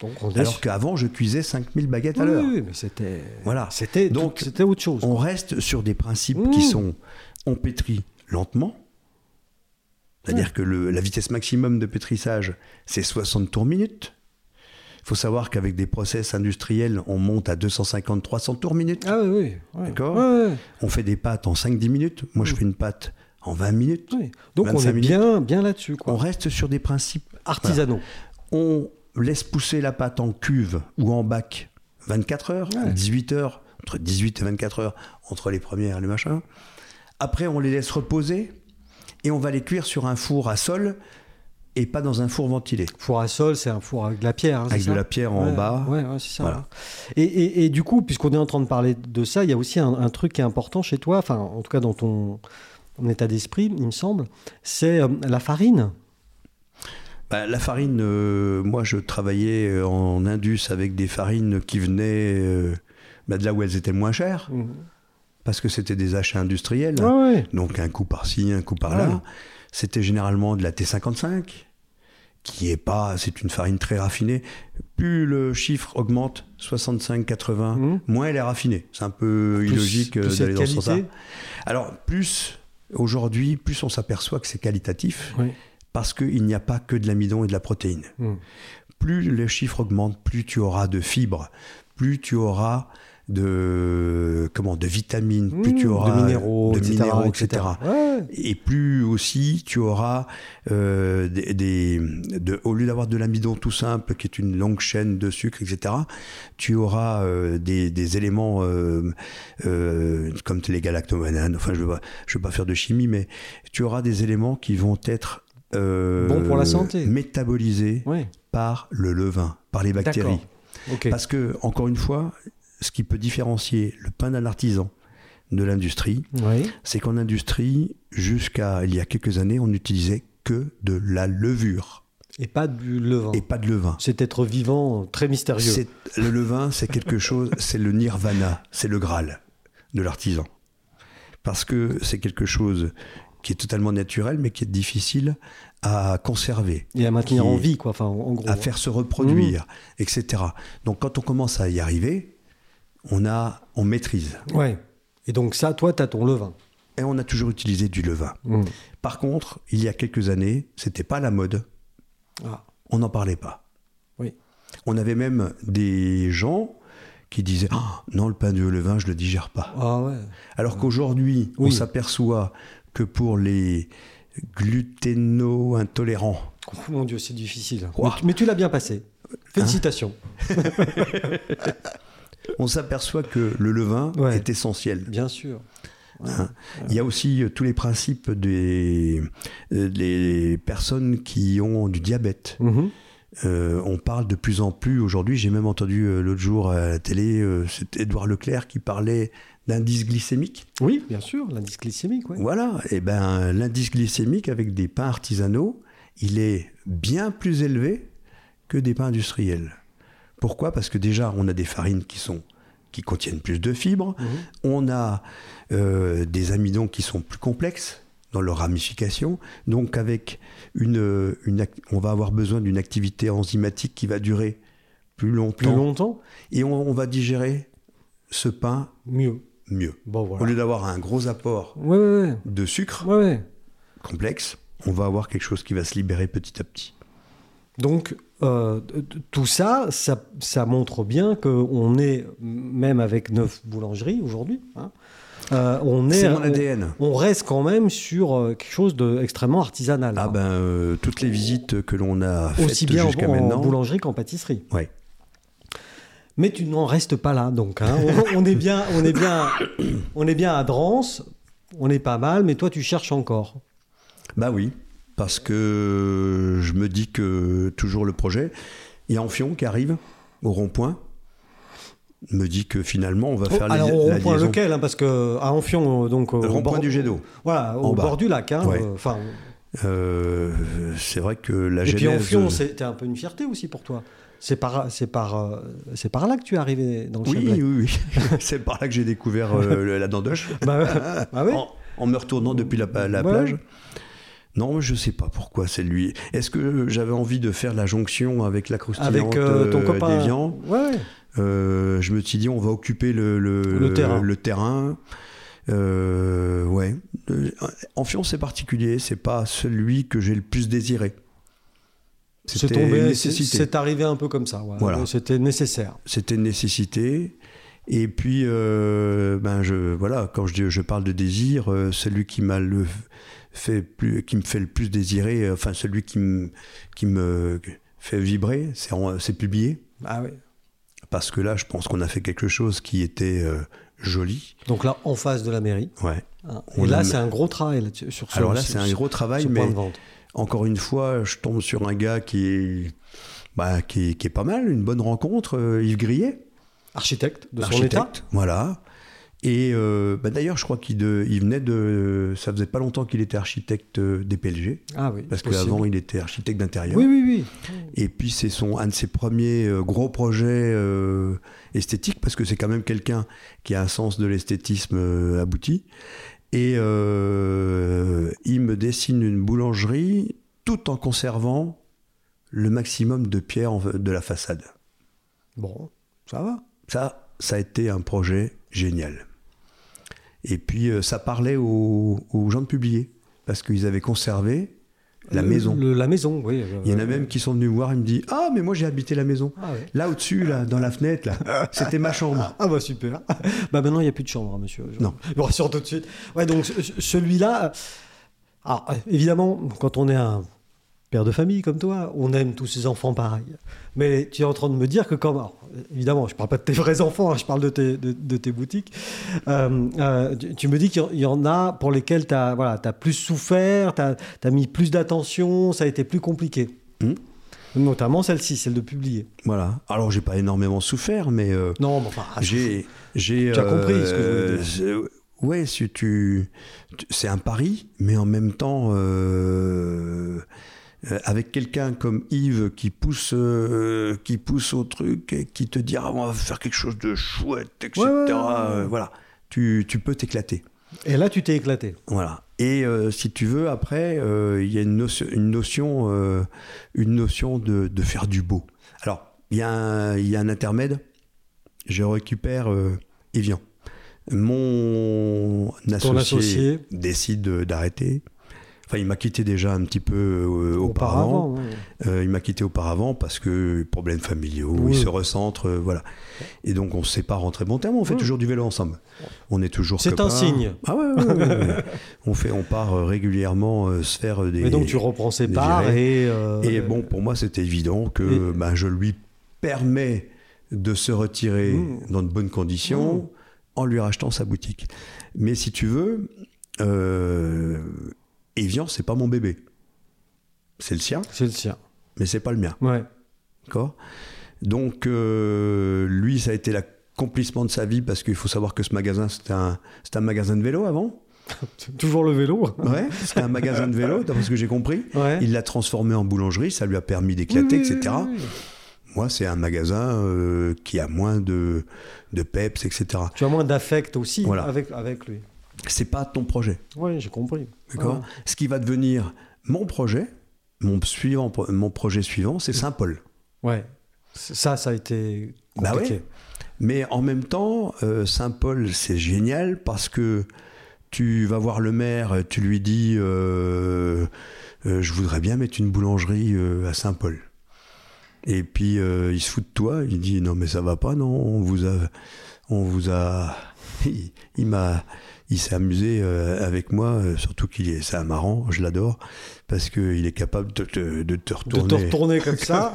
C: Donc on est
B: Alors
C: sur-
B: qu'avant, je cuisais 5000 baguettes à
C: Oui,
B: l'heure.
C: oui, mais c'était.
B: Voilà.
C: C'était
B: Donc,
C: donc c'était autre chose.
B: On reste sur des principes
C: Mmh.
B: qui sont on pétrit lentement, c'est-à-dire que le- la vitesse maximum de pétrissage, c'est 60 tours minute. Il faut savoir qu'avec des process industriels, on monte à 250-300 tours minute.
C: Ah oui, oui. ouais.
B: D'accord.
C: Ouais, ouais.
B: On fait des pâtes en 5-10 minutes. Moi, je fais une pâte en 20 minutes.
C: Oui. Donc on
B: 25
C: est bien, bien là-dessus. quoi.
B: On reste sur des principes artisanaux.
C: Artisanaux.
B: On laisse pousser la pâte en cuve ou en bac 24 heures,
C: Ouais.
B: 18 heures, entre 18 et 24 heures, entre les premières et le machin. Après, on les laisse reposer et on va les cuire sur un four à sol et pas dans un four ventilé.
C: Four à sol, c'est un four avec de la pierre. hein, c'est
B: Avec de
C: ça
B: la pierre en
C: Ouais,
B: bas.
C: Ouais, ouais, c'est ça.
B: Voilà.
C: Et, et- et du coup, puisqu'on est en train de parler de ça, il y a aussi un, un truc qui est important chez toi, enfin, en tout cas dans ton, ton état d'esprit, il me semble, c'est euh, la farine.
B: Bah, la farine, euh, moi je travaillais euh, en Indus avec des farines qui venaient euh, bah, de là où elles étaient le moins chères, parce que c'était des achats industriels.
C: Ah Mhm. ouais.
B: Donc un coup par-ci, un coup par-là.
C: Ah Ouais.
B: C'était généralement de la T55, qui est pas, c'est une farine très raffinée. Plus le chiffre augmente, 65, 80,
C: Mhm.
B: moins elle est raffinée. C'est un peu
C: Plus-
B: illogique euh,
C: plus c'est
B: d'aller
C: de
B: dans ce sens-là.
C: qualité.
B: Alors plus aujourd'hui, plus on s'aperçoit que c'est qualitatif,
C: Oui.
B: parce qu'il n'y a pas que de l'amidon et de la protéine.
C: Mhm.
B: Plus les chiffres augmentent, plus tu auras de fibres, plus tu auras de comment de vitamines, plus tu
C: Mmh,
B: auras
C: de minéraux,
B: de
C: etc.,
B: minéraux,
C: etc.
B: etc.
C: Ouais.
B: Et plus aussi, tu auras, euh, des, des- de- au lieu d'avoir de l'amidon tout simple, qui est une longue chaîne de sucre, etc., tu auras euh, des, des éléments euh, euh, comme les galactomananes, enfin je ne veux, pas faire de chimie, mais tu auras des éléments qui vont être euh,
C: Bons pour la santé.
B: métabolisés
C: Ouais.
B: par le levain, par les
C: D'accord.
B: bactéries.
C: Ok.
B: Parce que, encore une fois, ce qui peut différencier le pain d'un artisan de l'industrie,
C: Oui.
B: c'est qu'en industrie, jusqu'à il y a quelques années, on n'utilisait que de la levure
C: Et pas du levain.
B: et pas de levain.
C: Cet être vivant euh, très mystérieux.
B: C'est- Le levain, c'est quelque chose, c'est le nirvana, c'est le graal de l'artisan. Parce que c'est quelque chose qui est totalement naturel, mais qui est difficile à conserver,
C: Et à maintenir
B: qui-
C: en vie, quoi. Enfin, en en gros.
B: à faire se reproduire, etc. Donc quand on commence à y arriver, on, a, on maîtrise.
C: Ouais. Et donc, ça, toi, tu as ton levain.
B: Et on a toujours utilisé du levain.
C: Mmh.
B: Par contre, il y a quelques années, c'était pas la mode.
C: Ah.
B: on n'en parlait pas.
C: Oui.
B: On avait même des gens qui disaient Ah, non, le pain de levain, je le digère pas.
C: Ah ouais.
B: Alors qu'aujourd'hui, on
C: Oui.
B: s'aperçoit que pour les gluténo-intolérants,
C: Oh, mon Dieu, c'est difficile.
B: Ouah.
C: Mais, tu- mais tu l'as bien passé. Félicitations.
B: on s'aperçoit que le levain
C: Ouais.
B: est essentiel.
C: Bien sûr.
B: Il y a aussi euh, tous les principes des euh, des personnes qui ont du diabète.
C: Hum
B: Euh, on parle de plus en plus aujourd'hui. J'ai même entendu euh, l'autre jour à la télé, euh, c'était Édouard Leclerc qui parlait d'indice glycémique.
C: Oui, bien sûr, l'indice glycémique. Ouais.
B: Voilà, et ben l'indice glycémique avec des pains artisanaux, il est bien plus élevé que des pains industriels. Pourquoi Parce que déjà, on a des farines qui sont qui contiennent plus de fibres,
C: Hum
B: on a euh, des amidons qui sont plus complexes dans leur ramification, donc avec une, une ac- on va avoir besoin d'une activité enzymatique qui va durer plus longtemps,
C: Plus longtemps,
B: et on, on va digérer ce pain
C: mieux.
B: mieux.
C: Bon,
B: Au
C: voilà.
B: lieu d'avoir un gros apport
C: Ouais, ouais, ouais.
B: de sucre,
C: Ouais, ouais.
B: complexe, on va avoir quelque chose qui va se libérer petit à petit.
C: Donc, euh, tout ça, ça, ça montre bien qu'on est, même avec neuf boulangeries aujourd'hui, hein, euh, on est,
B: C'est mon
C: on-
B: ADN.
C: On, reste quand même sur euh, quelque chose d'extrêmement artisanal.
B: Ah
C: hein.
B: ben, euh, toutes les visites que l'on a faites
C: Aussi bien en,
B: jusqu'à
C: en
B: maintenant.
C: boulangerie qu'en pâtisserie.
B: Ouais.
C: Mais tu n'en restes pas là, donc. hein. On, on est bien, on est bien, on est bien à Drance. On est pas mal, mais toi tu cherches encore.
B: Bah oui, parce que je me dis que toujours le projet. Il y a Anfion qui arrive au rond-point. Me dit que finalement on va faire
C: Oh, Alors
B: les,
C: on
B: la
C: rond-point
B: liaison.
C: lequel, hein, parce que à Enfion, euh, donc euh,
B: Le
C: au
B: rond-point
C: bord-
B: du jet d'eau.
C: Voilà,
B: En
C: au
B: bas.
C: bord du lac. hein,
B: Ouais.
C: euh, Enfin,
B: Euh, c'est vrai que la
C: et puis
B: genèse. euh,
C: Enfion, c'était un peu une fierté aussi pour toi. C'est par, c'est par, euh, c'est par là que tu es arrivé dans le
B: Oui, [LAUGHS]
C: Chablais.
B: oui, oui. c'est par là que j'ai découvert
C: [LAUGHS]
B: euh, le- la dandoche.
C: Bah, bah ouais.
B: en, en me retournant depuis la, pa- la
C: Ouais.
B: plage. Non, je sais pas pourquoi c'est lui. Est-ce que j'avais envie de faire la jonction avec la croustillante
C: avec euh, ton
B: euh,
C: copain.
B: d'Évian
C: Ouais, ouais.
B: Euh, je me suis dit, on va occuper le, le,
C: Le terrain.
B: terrain. Euh, ouais. Euh, Enfion, c'est particulier. C'est pas celui que j'ai le plus désiré.
C: C'est
B: C'était
C: tombé,
B: une
C: c'est-
B: nécessité.
C: c'est arrivé un peu comme ça. ouais.
B: Voilà.
C: C'était nécessaire.
B: C'était une nécessité. Et puis, euh, ben je, voilà, quand je, dis- je parle de désir, euh, celui qui m'a le fait plus, qui me fait le plus désirer, euh, enfin celui qui me, qui me fait vibrer, c'est en- c'est publié.
C: Ah ouais.
B: Parce que là, je pense qu'on a fait quelque chose qui était euh, joli.
C: Donc là, en face de la mairie.
B: Ouais.
C: hein.
B: On
C: Et là,
B: aime-
C: c'est un gros travail là, sur sur-
B: Alors là,
C: sur-
B: c'est un
C: sur-
B: gros travail,
C: sur point
B: mais
C: de vente.
B: encore une fois, je tombe sur un gars qui est, bah, qui est, qui est pas mal, une bonne rencontre, euh, Yves Grillet,
C: Architecte de son état.
B: architecte. Voilà. Et euh, bah, d'ailleurs, je crois qu'il de- il venait de. Ça faisait pas longtemps qu'il était architecte euh, des PLG,
C: Ah oui.
B: parce
C: possible.
B: qu'avant, il était architecte d'intérieur.
C: Oui, oui, oui.
B: Et puis, c'est son, un de ses premiers euh, gros projets euh, esthétiques, parce que c'est quand même quelqu'un qui a un sens de l'esthétisme euh, abouti. Et euh, il me dessine une boulangerie tout en conservant le maximum de pierres en- de la façade.
C: Bon, ça va.
B: Ça, ça a été un projet génial. Et puis, euh, ça parlait aux, aux gens de publier, parce qu'ils avaient conservé la
C: Le-
B: maison.
C: Euh, le- la maison, oui. euh,
B: Il y en a même qui sont venus me voir, ils me disent Ah, mais moi j'ai habité la maison.
C: Ah ouais.
B: Là au-dessus, là, dans la fenêtre, [LAUGHS] là, c'était ma chambre.
C: Ah bah super. [LAUGHS] bah maintenant, il n'y a plus de chambre, hein, monsieur. Je-
B: Non.
C: Je vous rassure tout de suite. Ouais, donc ce- ce- celui-là. euh, Alors euh, évidemment, quand on est un père de famille comme toi, on aime tous ses enfants pareils. Mais tu es en train de me dire que comme. alors, évidemment, je ne parle pas de tes vrais enfants, hein, je parle de tes, de, de tes boutiques. Euh, euh, tu, tu me dis qu'il y en- il y en a pour lesquels tu as, voilà, as plus souffert, tu as, mis plus d'attention, ça a été plus compliqué.
B: Mhm.
C: Notamment celle-ci, celle de publier.
B: Voilà. Alors j'ai pas énormément souffert, mais euh,
C: Non, mais enfin,
B: j'ai. j'ai, euh,
C: Ah, Tu as compris ce que je voulais dire.
B: c'est- Ouais, si tu, tu- c'est un pari, mais en même temps, euh, euh, avec quelqu'un comme Yves qui pousse, euh, qui pousse au truc, et qui te dit ah, on va faire quelque chose de chouette, etc.
C: Ouais, ouais, ouais, ouais.
B: Euh, Voilà, tu, tu peux t'éclater.
C: Et là, tu t'es éclaté.
B: Voilà. Et euh, si tu veux, après, euh, il y a une, notion- une notion, euh, une notion de, de faire du beau. Alors, il y, a un- il y a un intermède. Je récupère euh, Evian. Mon associé,
C: associé.
B: décide de- d'arrêter. Enfin, il m'a quitté déjà un petit peu euh, auparavant.
C: Auparavant, ouais.
B: Euh, il m'a quitté auparavant parce que problèmes familiaux,
C: Oui.
B: il se recentre, euh, voilà. Et donc on ne sait pas rentrer bon terme, on fait
C: Oui.
B: toujours du vélo ensemble. On est toujours
C: C'est un
B: copains.
C: signe.
B: Ah ouais, ouais, ouais, ouais, ouais. [LAUGHS] on fait, on part euh, régulièrement euh, se faire euh, des.
C: Mais donc tu reprends ses
B: des
C: parts
B: virées.
C: et, euh,
B: Et bon, pour moi, c'était évident que bah, je lui permets de se retirer
C: Mmh.
B: dans de bonnes conditions
C: Mmh.
B: en lui rachetant sa boutique. Mais si tu veux, euh, Evian, c'est pas mon bébé. C'est le sien,
C: c'est le sien.
B: mais c'est pas le mien.
C: Ouais.
B: D'accord Donc, euh, lui, ça a été l'accomplissement de sa vie parce qu'il faut savoir que ce magasin, c'était un, c'était un magasin de vélo avant.
C: Toujours le vélo.
B: Ouais, c'était un magasin de vélo, d'après ce que j'ai compris.
C: Ouais.
B: Il l'a transformé en boulangerie, ça lui a permis d'éclater, etc. Moi, c'est un magasin euh, qui a moins de, de peps, etc.
C: Tu as moins d'affect aussi
B: Voilà.
C: avec, avec lui.
B: C'est pas ton projet,
C: Oui, j'ai compris.
B: d'accord
C: Ouais.
B: Ce qui va devenir mon projet, mon, suivant, mon projet suivant, c'est Saint-Paul.
C: Ouais. C- Ça, ça a été
B: Bah
C: compliqué.
B: ouais. Mais en même temps, euh, Saint-Paul, c'est génial parce que tu vas voir le maire, tu lui dis euh, euh, Je voudrais bien mettre une boulangerie euh, à Saint-Paul. Et puis euh, il se fout de toi, il dit non mais ça va pas, non, on vous a, on vous a, [LAUGHS] il, il m'a, il s'est amusé euh, avec moi, euh, surtout qu'il est, c'est un marrant, je l'adore, parce qu'il est capable de te, de te
C: De
B: retourner.
C: te retourner comme ça.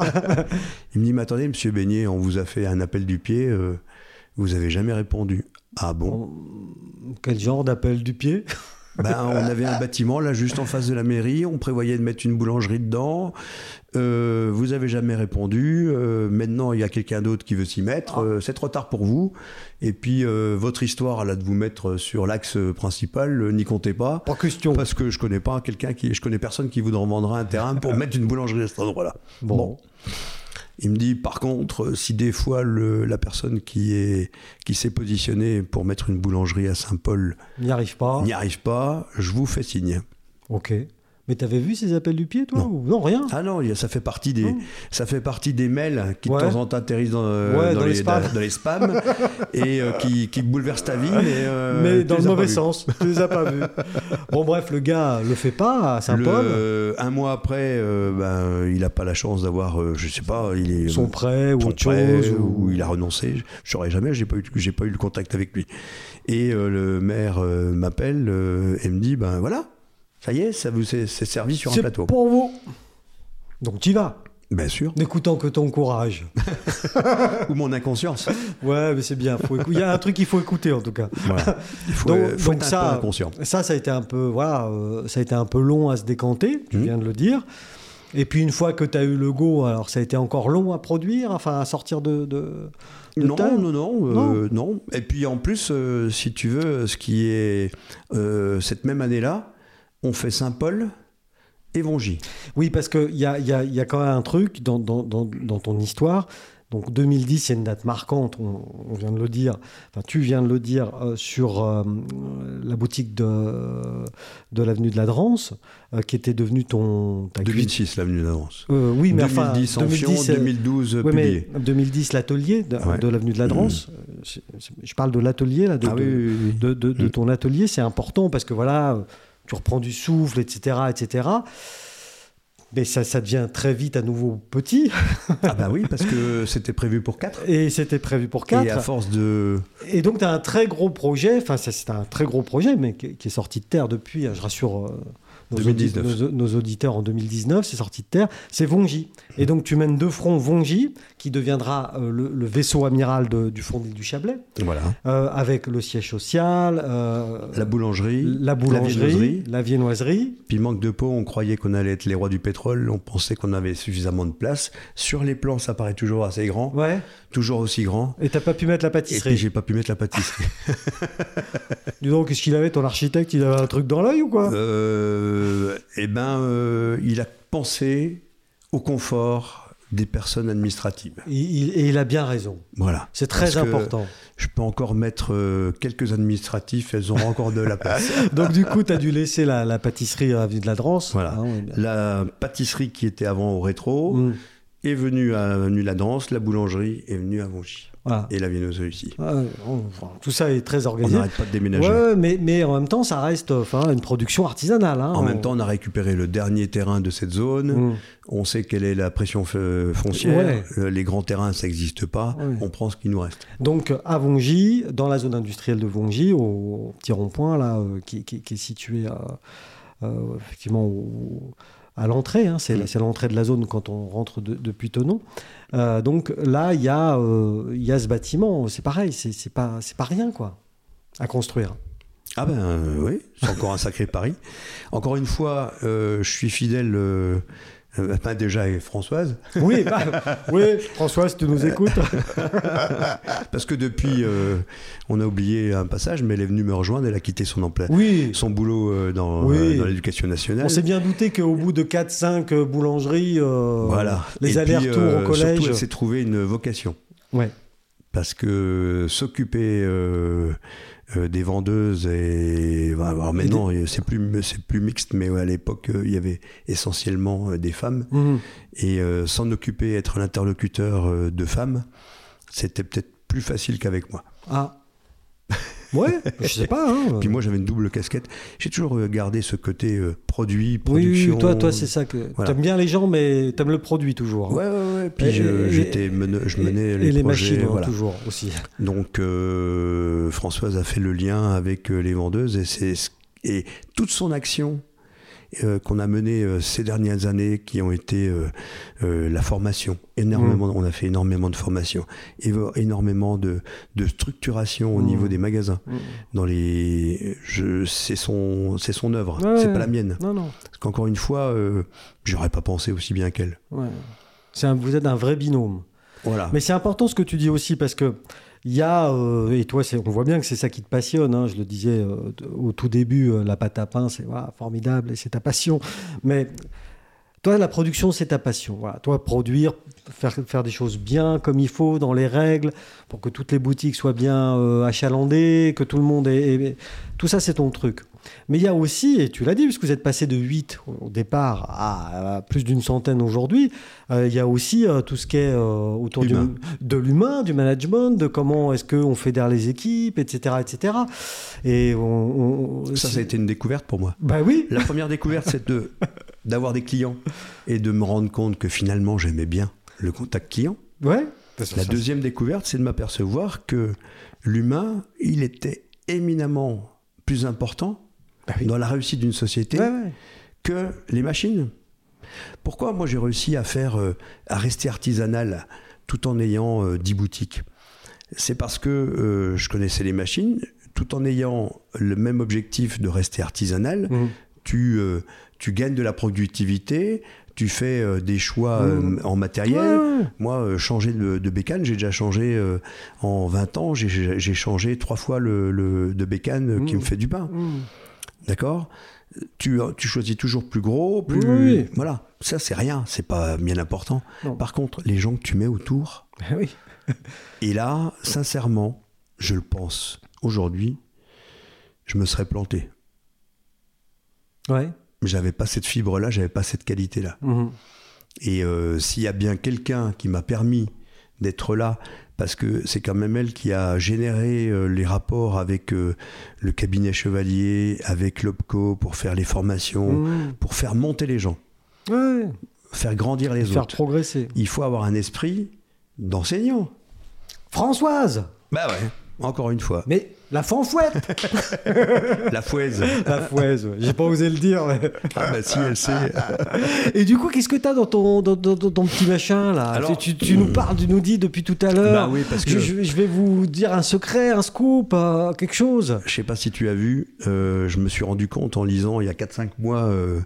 B: Il me dit mais attendez Monsieur Beignet, on vous a fait un appel du pied, euh, vous avez jamais répondu. Ah [LAUGHS] bon
C: [LAUGHS] Quel genre d'appel du pied
B: Ben, on avait un bâtiment là juste en face de la mairie, on prévoyait de mettre une boulangerie dedans. Euh, vous avez jamais répondu. Euh, maintenant, il y a quelqu'un d'autre qui veut s'y mettre. Euh, c'est trop tard pour vous. Et puis, euh, votre histoire là de vous mettre sur l'axe principal, euh, n'y comptez pas.
C: Pas question.
B: Parce que je connais pas quelqu'un qui, je connais personne qui vous en vendra un terrain pour mettre une boulangerie à cet endroit-là.
C: Bon.
B: Il me dit, par contre, euh, si des fois le- la personne qui est, qui s'est positionnée pour mettre une boulangerie à Saint-Paul
C: N'y arrive pas.
B: n'y arrive pas, je vous fais signe.
C: Ok. Mais t'avais vu ces appels du pied, toi
B: Non.
C: ou- non rien.
B: Ah non, il y a- ça fait partie des,
C: Non.
B: ça fait partie des mails qui
C: Oh. Ouais.
B: de temps en temps atterrissent dans, euh,
C: Ouais,
B: dans
C: dans les
B: les,
C: spams.
B: dans les
C: [LAUGHS]
B: spams et euh, qui, qui bouleversent ta vie. Mais, euh,
C: mais
B: tu
C: dans
B: les as
C: le
B: pas
C: mauvais
B: vus.
C: sens. Tu les as pas
B: [LAUGHS]
C: vus. Bon, bref, le gars le fait pas à Saint-Paul.
B: Le- un mois après, euh, ben, il n'a pas la chance d'avoir, euh, je sais pas, il est
C: Son prêt ou
B: son
C: autre
B: prêt,
C: chose.
B: ou
C: Ou...
B: il a renoncé. Je- Je saurais jamais, j'ai pas eu, j'ai pas eu le contact avec lui. Et euh, le maire euh, m'appelle euh, et me dit, ben voilà, ça y est, ça vous est, c'est servi sur un
C: C'est
B: plateau.
C: pour vous. Donc t'y vas,
B: Bien
C: [LAUGHS]
B: sûr.
C: n'écoutant que
B: [LAUGHS]
C: ton courage.
B: ou mon inconscience.
C: Ouais, mais c'est bien. faut écou- Il y a un truc qu'il faut écouter en tout cas.
B: [LAUGHS] Voilà. Il faut, euh,
C: Donc-
B: faut
C: donc
B: être
C: ça-
B: un peu inconscient.
C: Ça, ça a été un peu, voilà, euh, ça a été un peu long à se décanter. Tu
B: Mhm.
C: viens de le dire. Et puis une fois que tu as eu le go, alors ça a été encore long à produire, enfin à sortir de. de, de
B: Non,
C: terre.
B: non, non, euh, non, Et puis en plus, euh, si tu veux, ce qui est euh, cette même année-là, on fait Saint-Paul et Vongy.
C: Oui, parce qu'il y a, il y, a, il y a quand même un truc dans, dans, dans, dans ton histoire. Donc 2010, c'est une date marquante, on, on vient de le dire, enfin tu viens de le dire, euh, sur euh, la boutique de, de l'avenue de la Drance, euh, qui était devenue ton... ta cuisine.
B: 2006, l'avenue d'avance.
C: Euh, oui, mais
B: 2010
C: enfin,
B: en
C: 2010, euh,
B: 2012
C: ouais, mais
B: Pilier.
C: 2010, l'atelier de,
B: Ouais. Mmh.
C: de l'avenue de la Drance. euh, c'est- c'est- Je parle de l'atelier, là, de,
B: Ah
C: de-
B: oui, oui, oui.
C: de, de- de ton atelier, c'est important parce que voilà, tu reprends du souffle, etc., etc. Mais ça, ça devient très vite à nouveau petit. [LAUGHS]
B: Ah bah oui, parce que c'était prévu pour 4.
C: Et c'était prévu pour
B: Et à
C: 4.
B: force de.
C: Et, donc, tu as un très gros projet. Enfin, ça, c'est un très gros projet, mais qui, qui est sorti de terre depuis, hein, je rassure euh, nos, audi-
B: 2019.
C: nos- nos auditeurs, en 2019. C'est sorti de terre. C'est Vongy. Et donc, tu mènes de front Vongy, qui deviendra euh, le, le vaisseau amiral de- du fond de l'île du Chablais,
B: Voilà.
C: euh, avec le siège social, euh,
B: La boulangerie,
C: la boulangerie,
B: viennoiserie.
C: la viennoiserie.
B: Puis manque de peau, on croyait qu'on allait être les rois du pétrole, on pensait qu'on avait suffisamment de place. Sur les plans, ça paraît toujours assez grand,
C: Ouais.
B: toujours aussi grand.
C: Et t'as pas pu mettre la
B: Et puis
C: pâtisserie.
B: j'ai pas pu mettre la pâtisserie.
C: Dis donc, qu'est-ce qu'il avait ton architecte Il avait un truc dans l'œil ou quoi
B: Euh, Eh ben, euh, il a pensé au confort des personnes administratives.
C: Il- il- Et il a bien raison.
B: Voilà.
C: C'est très
B: Parce que
C: important.
B: Je peux encore mettre euh, quelques administratifs, elles auront encore de la place.
C: [LAUGHS] Donc du coup, t'as dû laisser la, la pâtisserie à l'avenue de la Drance.
B: Voilà.
C: Hein, on est bien.
B: La pâtisserie qui était avant au rétro
C: Mm,
B: est venue à avenue la danse, la boulangerie est venue à Monchy
C: voilà.
B: et la viennoiserie aussi.
C: Ah, on- enfin, tout ça est très
B: On
C: organisé.
B: n'arrête pas de déménager.
C: Ouais, mais, mais en même temps, ça reste enfin, une production artisanale. hein.
B: En
C: On-
B: même temps, on a récupéré le dernier terrain de cette zone.
C: Mm.
B: On sait quelle est la pression fe- foncière.
C: Ouais.
B: Le- Les grands terrains, ça n'existe pas.
C: Ouais.
B: On prend ce qui nous reste.
C: Donc à Vongy, dans la zone industrielle de Vongy, au petit rond-point là, euh, qui, qui- qui est situé à- euh, effectivement au- à l'entrée, hein,
B: Mm.
C: c'est la- c'est l'entrée de la zone quand on rentre de- depuis Tenon. Euh, donc là, il y, a, euh, il y a ce bâtiment, c'est pareil, c'est c'est pas, c'est pas rien quoi,
B: [LAUGHS]
C: à construire.
B: Ah ben euh, oui, c'est encore un sacré pari. Encore une fois, euh, je suis fidèle, euh, euh, ben déjà et Françoise,
C: Oui, bah, oui François, si tu nous écoutes.
B: Euh, parce que depuis, euh, on a oublié un passage, mais elle est venue me rejoindre, elle a quitté son emploi,
C: Oui,
B: son boulot euh, dans,
C: Oui.
B: euh, dans l'éducation nationale.
C: on s'est bien douté qu'au bout de 4-5 boulangeries, euh,
B: voilà.
C: les
B: Et puis,
C: allers-retours
B: euh,
C: au collège.
B: Surtout, elle s'est trouvée une vocation.
C: Ouais.
B: parce que s'occuper euh, euh, des vendeuses et bah, alors maintenant c'est plus c'est plus mixte mais ouais, à l'époque euh, il y avait essentiellement euh, des femmes
C: Mhm.
B: et euh, s'en occuper être l'interlocuteur euh, de femmes c'était peut-être plus facile qu'avec moi
C: Ah. [LAUGHS] Ouais, je sais pas. hein.
B: Puis moi, j'avais une double casquette. J'ai toujours euh, gardé ce côté euh, produit,
C: oui, oui,
B: production.
C: toi, toi c'est ça que.
B: Voilà.
C: T'aimes bien les gens, mais t'aimes le produit toujours. hein.
B: Ouais, ouais, ouais. Puis
C: Et-
B: je,
C: et-
B: j'étais mene- je menais
C: et,
B: les,
C: et les
B: projets,
C: machines, hein,
B: voilà.
C: toujours
B: [LAUGHS]
C: aussi.
B: Donc euh, Françoise a fait le lien avec euh, les vendeuses et, c'est ce- et toute son action euh, qu'on a menée euh, ces dernières années qui ont été euh, euh, la formation. Énormément,
C: Mmh.
B: On a fait énormément de formation, évo- énormément de, de structuration au
C: Mm.
B: niveau des magasins.
C: Mm.
B: Dans les, je, c'est, son, c'est son œuvre,
C: Ouais,
B: c'est
C: ouais.
B: pas la mienne.
C: Non, non.
B: Parce qu'encore une fois, euh, j'aurais pas pensé aussi bien qu'elle.
C: Ouais. C'est un- vous êtes un vrai binôme.
B: Voilà.
C: Mais c'est important ce que tu dis aussi parce que il y a euh, et toi c'est- on voit bien que c'est ça qui te passionne. hein, je le disais euh, t- au tout début, euh, la pâte à pain c'est voilà, formidable et c'est ta passion. Mais toi la production c'est ta passion. Voilà, toi produire, faire faire des choses bien comme il faut dans les règles pour que toutes les boutiques soient bien euh, achalandées, que tout le monde ait, ait- tout ça c'est ton truc. Mais il y a aussi, et tu l'as dit, puisque vous êtes passé de 8 au départ à, à plus d'une centaine aujourd'hui, euh, il y a aussi euh, tout ce qui est euh, autour du-
B: Humain.
C: de l'humain, du management, de comment est-ce qu'on fédère les équipes, etc. etc. Et on, on-
B: Ça, ça a été une découverte pour moi.
C: Bah oui,
B: La première découverte, c'est de, d'avoir des clients et de me rendre compte que finalement, j'aimais bien le contact client.
C: ouais.
B: La deuxième découverte, c'est de m'apercevoir que l'humain, il était éminemment plus important dans la réussite d'une société
C: Ouais, ouais.
B: que les machines. Pourquoi moi j'ai réussi à faire, euh, à rester artisanal tout en ayant euh, 10 boutiques C'est parce que euh, je connaissais les machines, tout en ayant le même objectif de rester artisanal,
C: Mhm.
B: tu, euh, tu gagnes de la productivité, tu fais euh, des choix euh,
C: Mhm.
B: en matériel.
C: Ouais, ouais.
B: Moi, euh, changer de, de bécane, j'ai déjà changé euh, en 20 ans, j'ai- j'ai j'ai changé trois fois le, le- de bécane euh, qui
C: Mhm.
B: me fait du pain.
C: Mhm.
B: D'accord tu, tu choisis toujours plus gros, plus.
C: Oui.
B: Voilà. Ça, c'est rien, c'est pas bien important.
C: Non.
B: Par contre, les gens que tu mets autour,
C: Bah oui.
B: et là, sincèrement, je le pense, aujourd'hui, je me serais planté.
C: Ouais.
B: J'avais pas cette fibre-là, j'avais pas cette qualité-là.
C: Mhm.
B: Et euh, s'il y a bien quelqu'un qui m'a permis d'être là, parce que c'est quand même elle qui a généré euh, les rapports avec euh, le cabinet chevalier, avec l'OPCO, pour faire les formations,
C: Mhm.
B: pour faire monter les gens,
C: Ouais.
B: faire grandir les
C: Faire
B: autres.
C: progresser.
B: Il faut avoir un esprit d'enseignant.
C: Françoise,
B: Bah ouais. Encore une fois,
C: mais la fanfouette
B: la fouaise. [LAUGHS]
C: La fouaise, ouais. j'ai pas osé le dire. mais-
B: Ah bah si, elle sait.
C: Et du coup, qu'est-ce que t'as dans ton, dans, dans- dans ton petit machin là
B: Alors-
C: Tu, tu- tu nous parles, tu nous dis depuis tout à l'heure.
B: Bah oui, parce que-
C: Euh, je, je- je vais vous dire un secret, un scoop, euh, quelque chose.
B: Je sais pas si tu as vu, euh, je me suis rendu compte en lisant il y a 4-5 mois, euh,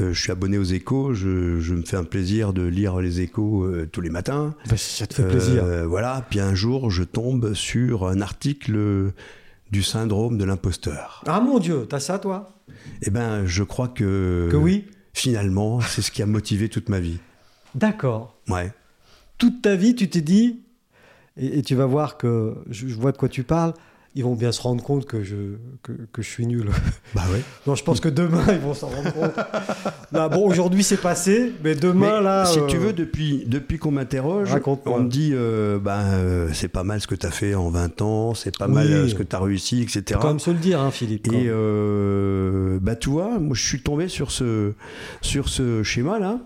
B: euh, je suis abonné aux échos, je, je me fais un plaisir de lire les échos euh, tous les matins.
C: Bah, ça te fait
B: Euh,
C: plaisir.
B: voilà, puis un jour je tombe sur un article euh, du syndrome de l'imposteur.
C: Ah mon dieu, t'as ça toi
B: Eh ben je crois que,
C: Que oui
B: finalement c'est ce qui a motivé toute ma vie.
C: D'accord.
B: Ouais.
C: Toute ta vie, tu t'es dit, et, et tu vas voir que je, je vois de quoi tu parles, ils vont bien se rendre compte que je, que, que je suis nul. [LAUGHS]
B: Bah ouais.
C: non, je pense que demain, ils vont s'en rendre compte. Là, bon, aujourd'hui c'est passé, mais demain
B: Mais
C: là.
B: si
C: euh,
B: tu veux, depuis, depuis qu'on m'interroge,
C: Raconte-moi.
B: on me dit euh, ben, euh, c'est pas mal ce que tu as fait en 20 ans, c'est pas mal
C: Oui.
B: euh, ce que tu as réussi, etc.
C: Quand même se le dire, hein, Philippe. quand
B: Et
C: même.
B: euh, bah, tu vois, moi je suis tombé sur ce, sur ce schéma-là.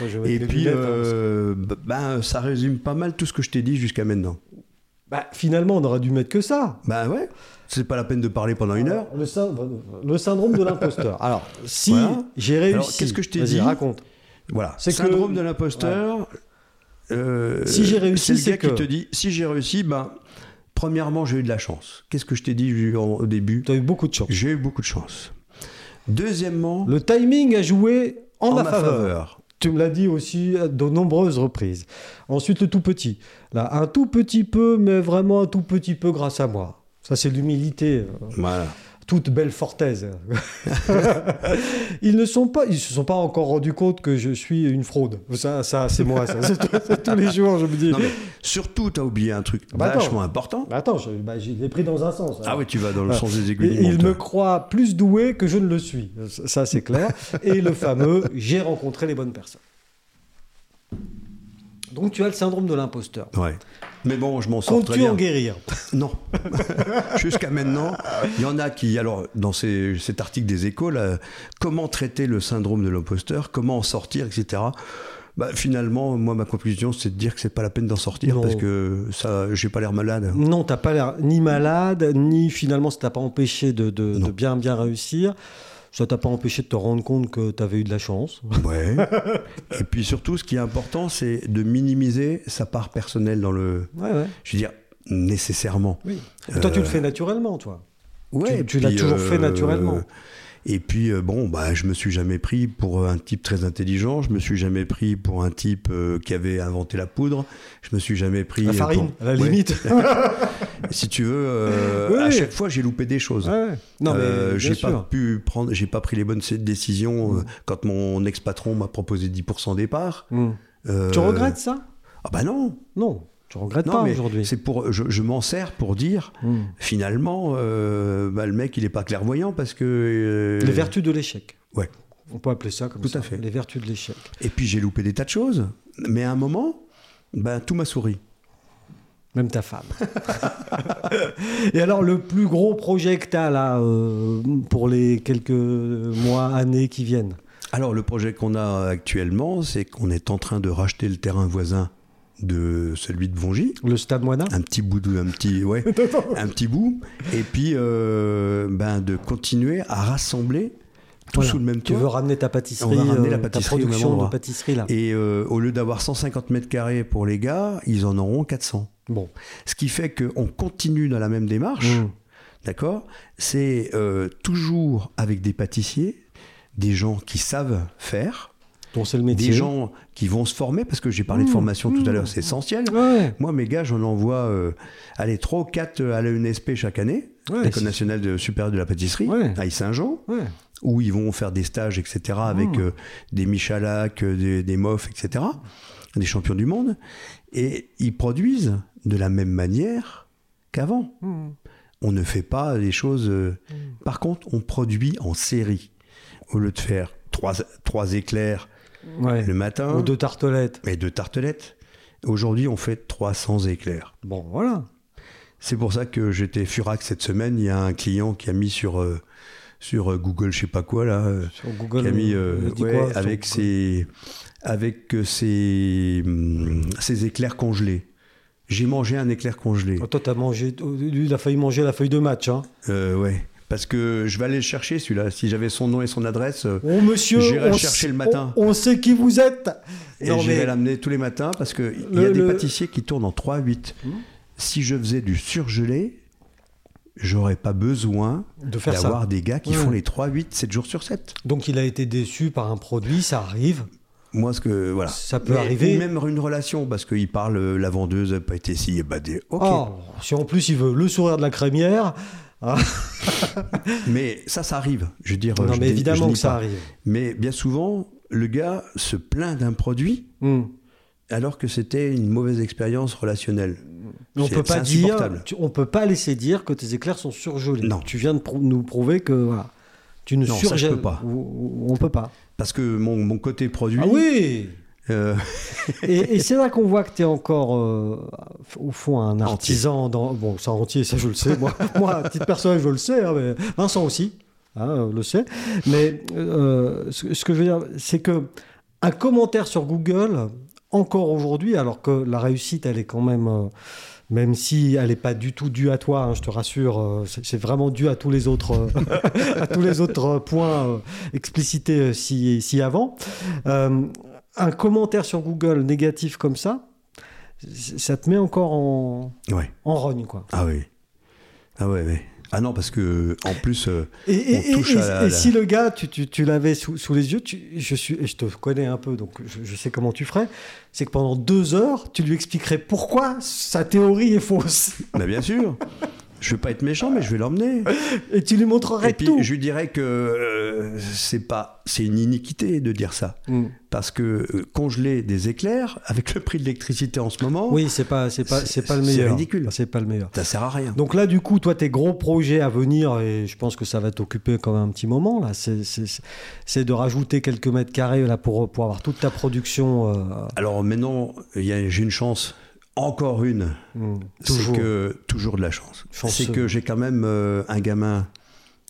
C: Moi, je vais
B: Et
C: mettre mes
B: puis,
C: lunettes, hein, parce que-
B: euh, bah, ben, ça résume pas mal tout ce que je t'ai dit jusqu'à maintenant.
C: Bah, finalement, on aurait dû mettre que ça.
B: Bah ouais, c'est pas la peine de parler pendant une heure.
C: le, syndrome, le syndrome
B: [LAUGHS]
C: de l'imposteur. Alors, si
B: Voilà.
C: j'ai réussi.
B: Alors, qu'est-ce que je t'ai
C: Vas-y,
B: dit
C: raconte.
B: Voilà.
C: C'est que-
B: Syndrome de l'imposteur. euh,
C: Si j'ai réussi,
B: c'est le
C: c'est
B: gars
C: que-
B: qui te dit si j'ai réussi, ben, premièrement, j'ai eu de la chance. Qu'est-ce que je t'ai dit ju- en- au début
C: Tu as eu beaucoup de chance.
B: J'ai eu beaucoup de chance. Deuxièmement,
C: Le timing a joué en,
B: en
C: ma
B: ma
C: faveur.
B: faveur.
C: Tu me l'as dit aussi à de nombreuses reprises. Ensuite, le tout petit. Là, un tout petit peu, mais vraiment un tout petit peu grâce à moi. Ça, c'est l'humilité. euh,
B: Voilà.
C: toute
B: [LAUGHS]
C: belle fortaise. ils ne sont pas, ils se sont pas encore rendus compte que je suis une fraude. Ça, ça c'est moi. ça. C'est tous- c'est tous les jours, je me dis.
B: Non, mais surtout, t'as oublié un truc
C: Bah, attends.
B: vachement important.
C: Bah attends, je, bah, je l'ai pris dans un sens.
B: Ah oui, tu vas dans le
C: Ouais.
B: sens des
C: Il,
B: aiguilles. du
C: il me
B: monteur.
C: croit plus doué que je ne le suis. Ça, c'est clair. Et le fameux j'ai rencontré les bonnes personnes. Donc, tu as le syndrome de l'imposteur.
B: Ouais. Mais bon, je m'en sors Oh, très
C: Comptes-tu
B: bien.
C: en guérir
B: Non. [LAUGHS] Jusqu'à maintenant, il y en a qui, alors, dans ces- cet article des échos, là, comment traiter le syndrome de l'imposteur, comment en sortir, etc. Bah, finalement, moi, ma conclusion, c'est de dire que c'est pas la peine d'en sortir
C: Non.
B: parce que ça, j'ai pas l'air malade.
C: Non, t'as pas l'air ni malade, ni finalement ça t'a pas empêché de, de- de bien bien réussir. Ça t'a pas empêché de te rendre compte que t'avais eu de la chance. [LAUGHS]
B: Ouais. Et puis surtout, ce qui est important, c'est de minimiser sa part personnelle dans le.
C: Ouais, ouais.
B: Je veux dire, nécessairement.
C: Oui. Et Toi, tu le fais naturellement, toi.
B: Euh, Ouais,
C: Tu- tu
B: et
C: l'as
B: puis, euh,
C: toujours fait naturellement.
B: Et puis, euh, bon, bah, je me suis jamais pris pour un type très intelligent, je me suis jamais pris pour un type euh, qui avait inventé la poudre, je me suis jamais pris.
C: La
B: euh,
C: farine,
B: pour-
C: à la
B: Ouais.
C: limite.
B: [LAUGHS] Si tu veux, euh,
C: Oui,
B: à
C: oui.
B: chaque fois, j'ai loupé des choses.
C: Ouais, ouais. Non, mais
B: Euh,
C: bien
B: j'ai
C: sûr.
B: pas pu prendre, j'ai pas pris les bonnes décisions euh, quand mon ex-patron m'a proposé 10% départ. euh,
C: Mm. Tu regrettes ça
B: Ah bah non,
C: Non, tu regrettes
B: non
C: pas
B: mais
C: aujourd'hui.
B: c'est pour, je, je m'en sers pour dire
C: Mm.
B: finalement, euh, bah, le mec il est pas clairvoyant parce que euh,
C: Les vertus de l'échec.
B: Ouais.
C: On peut appeler ça comme
B: Tout
C: ça.
B: à fait.
C: Les vertus de l'échec.
B: Et puis j'ai loupé des tas de choses. Mais à un moment, ben, tout m'a souri.
C: Même ta femme. [LAUGHS] Et alors, le plus gros projet que tu as là euh, pour les quelques mois, années qui viennent
B: Alors le projet qu'on a actuellement, c'est qu'on est en train de racheter le terrain voisin de celui de Vongy.
C: Le stade Moana
B: Un petit bout, de, un petit,
C: [LAUGHS]
B: ouais, un petit bout, et puis euh, ben de continuer à rassembler tout
C: Voilà.
B: sous le même
C: Tu
B: toit.
C: veux ramener ta pâtisserie,
B: On va ramener la
C: euh,
B: pâtisserie au
C: ta
B: même
C: production
B: endroit.
C: de pâtisserie là.
B: Et euh, au lieu d'avoir 150 mètres carrés pour les gars, ils en auront 400.
C: Bon.
B: Ce qui fait qu'on continue dans la même démarche,
C: Mm.
B: d'accord C'est euh, toujours avec des pâtissiers, des gens qui savent faire,
C: Donc c'est le
B: des
C: métier.
B: gens qui vont se former, parce que j'ai parlé de
C: Mmh,
B: formation tout
C: mmh.
B: à l'heure, c'est essentiel.
C: Ouais.
B: Moi, mes gars, j'en envoie euh, allez, 3 ou 4 à l'ENSP chaque année,
C: Ouais, c'est-
B: l'École nationale de, supérieure de la pâtisserie,
C: Ouais.
B: à Saint-Jean,
C: Ouais.
B: où ils vont faire des stages, etc., avec
C: Ah.
B: euh, des Michalak, euh, des, des Moff, etc., des champions du monde, et ils produisent de la même manière qu'avant.
C: Mm.
B: On ne fait pas les choses. euh, Par contre, on produit en série. Au lieu de faire trois, trois éclairs
C: Ouais.
B: le matin
C: Ou deux tartelettes.
B: et deux tartelettes, aujourd'hui, on fait 300 éclairs.
C: Bon, voilà.
B: C'est pour ça que j'étais furax cette semaine. Il y a un client qui a mis sur, euh, sur euh, Google, je sais pas quoi, là. euh,
C: Sur Google.
B: Camille, euh,
C: on dit
B: ouais,
C: quoi, sur
B: avec
C: Google
B: ses, avec euh, ses, hum, ses éclairs congelés. J'ai mangé un éclair congelé.
C: Oh, toi, t'as mangé. Lui, il a failli manger la feuille de match. Hein.
B: Euh, ouais. Parce que je vais aller le chercher celui-là. Si j'avais son nom et son adresse, euh,
C: Oh, monsieur.
B: J'irai
C: on
B: le chercher
C: s-
B: le matin.
C: On, on sait qui vous êtes.
B: et
C: Non,
B: j'irai
C: mais-
B: l'amener tous les matins parce qu'il y a
C: Le-
B: des
C: le- Hmm.
B: pâtissiers qui tournent en 3-8. Si je faisais du surgelé, j'aurais pas besoin
C: De faire ça.
B: d'avoir des gars qui
C: Ouais.
B: font les 3-8 7 jours sur 7.
C: Donc il a été déçu par un produit, ça arrive.
B: Moi, ce que. Voilà.
C: Ça peut arriver.
B: Ou même une relation, parce qu'il parle, euh, la vendeuse n'a pas été si ébadée. Ok.
C: Oh, si en plus il veut le sourire de la crémière, ah,
B: Mais ça, ça arrive. Je veux dire,
C: non
B: je
C: mais
B: dé- je
C: évidemment
B: nie
C: que ça
B: pas.
C: arrive.
B: Mais bien souvent, le gars se plaint d'un produit
C: Hmm.
B: alors que c'était une mauvaise expérience relationnelle.
C: Mais On
B: C'est-
C: peut pas
B: c'est
C: dire,
B: insupportable.
C: tu- on peut pas laisser dire que tes éclairs sont surgelés.
B: Non.
C: Tu viens de prou- nous prouver que voilà, tu ne
B: Non, ça, je
C: surgèles
B: peux pas.
C: ou- ou- On peut pas.
B: Parce que mon, mon côté produit.
C: Ah oui.
B: euh,
C: Et, et c'est là qu'on voit que tu es encore, euh, au fond, un artisan. Dans... Bon, ça entier, ça je le sais. Moi, [LAUGHS] moi à titre personnel, je le sais. hein, mais Vincent aussi hein, euh, le sait. Mais euh, ce, ce que je veux dire, c'est que un commentaire sur Google, encore aujourd'hui, alors que la réussite, elle est quand même. euh, même si elle n'est pas du tout due à toi, hein, je te rassure, euh, c'est c'est vraiment dû à tous les autres, euh, [LAUGHS] à tous les autres euh, points euh, explicités euh, si, si avant. Euh, un commentaire sur Google négatif comme ça, c- ça te met encore en,
B: ouais.
C: en rogne, quoi.
B: Ah oui. Ah ouais, ouais. Ah non, parce que, en plus, euh,
C: Et, et-
B: On touche
C: et-
B: à la-
C: et
B: la-
C: si le gars, tu, tu- tu l'avais sous, sous les yeux, tu- je, suis, et je te connais un peu, donc je, je sais comment tu ferais, c'est que pendant deux heures, tu lui expliquerais pourquoi sa théorie est fausse. [LAUGHS]
B: bah, bien sûr. Je vais pas être méchant, mais je vais l'emmener.
C: Et tu lui montrerais
B: Et puis,
C: tout.
B: je lui dirais que euh, c'est pas, c'est une iniquité de dire ça.
C: Mm.
B: Parce que euh, congeler des éclairs, avec le prix de l'électricité en ce moment,
C: Oui, c'est pas, c'est pas,
B: C'est-
C: c'est pas le
B: c'est
C: meilleur.
B: ridicule.
C: C'est pas le meilleur.
B: ça sert à rien.
C: Donc là, du coup, toi, tes gros projets à venir, et je pense que ça va t'occuper quand même un petit moment, là, c'est- c'est c'est de rajouter quelques mètres carrés là, pour, pour avoir toute ta production. euh,
B: Alors maintenant, il y a- j'ai une chance. Encore une.
C: Mmh,
B: C'est
C: toujours.
B: que toujours de la chance.
C: Chanceux.
B: C'est que j'ai quand même euh, un gamin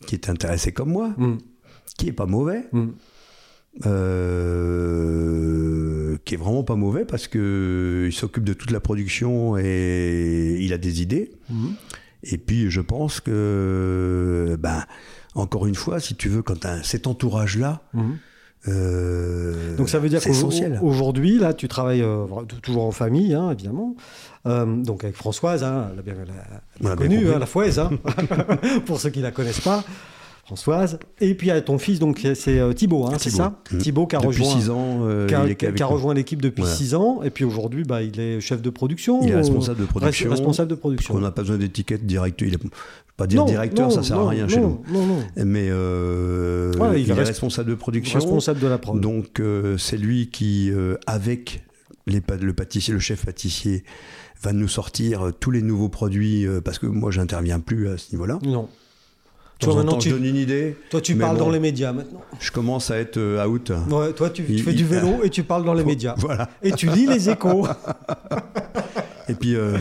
B: qui est intéressé comme moi,
C: Mmh,
B: qui est pas mauvais,
C: mmh.
B: euh, qui est vraiment pas mauvais parce que il s'occupe de toute la production et il a des idées.
C: Mhm.
B: Et puis je pense que, ben, encore une fois, si tu veux, quand t'as cet entourage-là,
C: Mhm.
B: euh,
C: Donc ça veut dire
B: c'est essentiel.
C: qu'aujourd'hui, là, tu travailles euh, vra- tou- toujours en famille, hein, évidemment. Euh, donc avec Françoise, hein, elle a bien, elle a- elle
B: On
C: a
B: l'a bien
C: connue,
B: compris.
C: hein, la fouaise, hein, [LAUGHS] pour ceux qui la connaissent pas. Françoise. Et puis il y a ton fils, donc c'est euh, Thibaut, hein, c'est
B: Thibaut.
C: ça
B: Mhm.
C: Thibaut qui a
B: Depuis
C: rejoint,
B: 6 ans, euh,
C: qui a-
B: il est
C: qui a
B: avec nous.
C: rejoint l'équipe depuis
B: Voilà.
C: 6 ans. Et puis aujourd'hui, bah, il est chef de production.
B: Il est
C: ou-
B: responsable de
C: res-
B: production.
C: responsable de
B: On
C: production.
B: n'a pas besoin d'étiquette directeur. Il est, pas dire
C: Non,
B: directeur,
C: non,
B: ça sert
C: non,
B: à rien chez nous.
C: non, Non, non.
B: Mais euh,
C: Ouais, il
B: il,
C: est
B: est
C: res-
B: responsable de production.
C: Responsable de la prod.
B: Donc euh, c'est lui qui, euh, avec les pa- le pâtissier, le chef pâtissier, va nous sortir euh, tous les nouveaux produits euh, parce que moi j'interviens plus à ce niveau-là. De
C: non. Toi,
B: temps en
C: maintenant,
B: temps,
C: tu,
B: je donne une idée.
C: toi, tu
B: mais
C: parles
B: bon,
C: dans les médias maintenant.
B: Je commence à être euh, out.
C: Ouais, toi, tu, tu
B: Il-
C: fais du
B: il-
C: vélo et tu parles dans les médias.
B: Voilà.
C: Et tu lis
B: [LAUGHS]
C: les échos.
B: Et puis euh,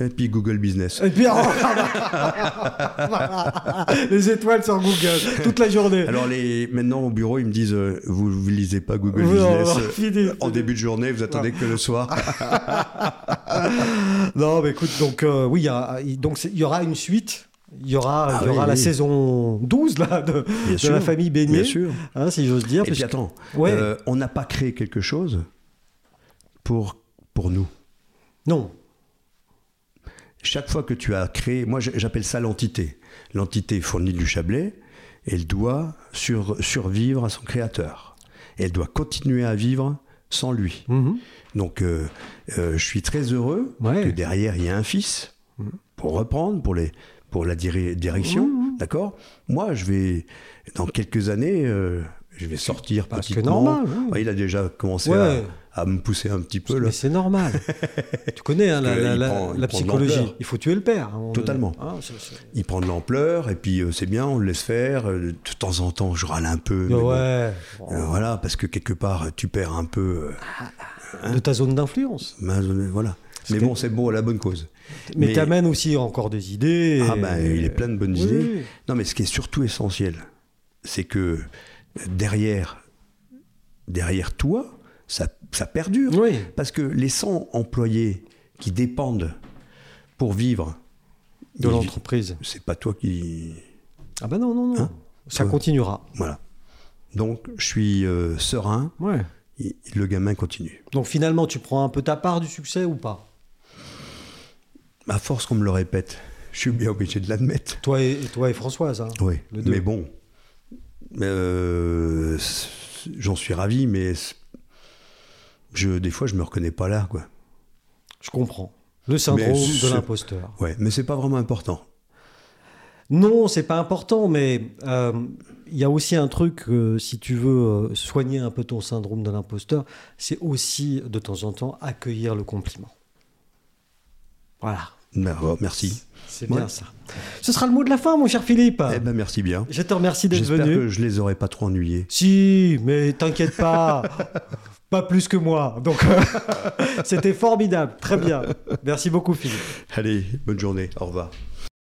B: et puis Google Business.
C: Et puis, oh, [LAUGHS] voilà. les étoiles sur Google toute la journée.
B: Alors les maintenant au bureau ils me disent euh, vous vous lisez pas Google
C: Oui, on va
B: Business. euh,
C: finir.
B: En début de journée, vous attendez que le soir.
C: Non, mais écoute, donc euh, oui, il y a- il donc, c'est- il y aura une suite. Il y aura, il y
B: Ah oui,
C: aura la
B: oui.
C: saison 12 là, de, de
B: sûr.
C: la famille
B: Bien
C: baignée,
B: sûr.
C: hein, si j'ose dire.
B: Et puis
C: puisque-
B: attends,
C: Ouais.
B: euh, on n'a pas créé quelque chose pour, pour nous.
C: Non,
B: Chaque fois que tu as créé, moi j'- j'appelle ça l'entité. L'entité fournit du Chablais, elle doit sur- survivre à son créateur. Elle doit continuer à vivre sans lui.
C: Mhm.
B: Donc euh, euh, je suis très heureux
C: Ouais.
B: que derrière il y a un fils pour reprendre, pour, les, pour la diri- direction.
C: Mmh,
B: D'accord Moi je vais, dans quelques années, euh, je vais sortir
C: Parce que
B: petitement.
C: normal, oui.
B: Ouais, il a déjà commencé à-
C: Ouais.
B: à, me pousser un petit peu là.
C: mais
B: [LAUGHS]
C: c'est normal. tu connais hein, la,
B: Parce que
C: la-
B: il
C: la-
B: prend- il
C: la
B: prend de
C: psychologie.
B: l'ampleur.
C: Il faut tuer le père. à un moment donné.
B: Totalement. Ah,
C: Hein, c'est- c'est-
B: Il prend de l'ampleur et puis euh, c'est bien, on le laisse faire. Euh, de temps en temps, je râle un peu. mais bon.
C: Ouais.
B: Euh, voilà, parce que quelque part, euh, tu perds un peu. euh,
C: de ta zone d'influence.
B: ma- voilà. Mais
C: que-
B: bon, c'est bon, à la bonne cause.
C: Mais,
B: Mais-
C: t'amènes aussi encore des idées.
B: Ah
C: et-
B: ben, il est plein de bonnes
C: Oui, oui.
B: idées. Non, mais ce qui est surtout essentiel, c'est que derrière, derrière toi, ça, ça perdure.
C: Oui.
B: Parce que les 100 employés qui dépendent pour vivre,
C: De
B: ils-
C: l'entreprise.
B: c'est pas toi qui
C: Ah bah non, non, non.
B: Hein
C: Ça
B: Ouais.
C: continuera.
B: Voilà. Donc, je suis euh, serein.
C: Ouais.
B: Il- le gamin continue.
C: Donc finalement, tu prends un peu ta part du succès ou pas
B: À force qu'on me le répète, je suis bien obligé de l'admettre.
C: toi et, toi et Françoise. hein.
B: Oui.
C: Les deux.
B: Mais bon, euh, c- j'en suis ravi, mais c- je, des fois, je me reconnais pas là, quoi.
C: Je comprends. Le syndrome
B: Mais ce-
C: de l'imposteur.
B: Ouais, mais c'est pas vraiment important.
C: Non, c'est pas important, mais euh, il y a aussi un truc, euh, si tu veux euh, soigner un peu ton syndrome de l'imposteur, c'est aussi de temps en temps accueillir le compliment. Voilà.
B: Ben, oh, merci.
C: C'est
B: Ouais.
C: bien ça. Ce sera le mot de la fin, mon cher Philippe.
B: Eh ben, merci bien.
C: Je te remercie Ah. d'être
B: J'espère
C: venu.
B: que je les aurais pas trop ennuyés.
C: Si, mais t'inquiète pas. [LAUGHS] pas plus que moi. Donc, [LAUGHS] c'était formidable. Très bien. Merci beaucoup, Philippe.
B: Allez, bonne journée. Au revoir.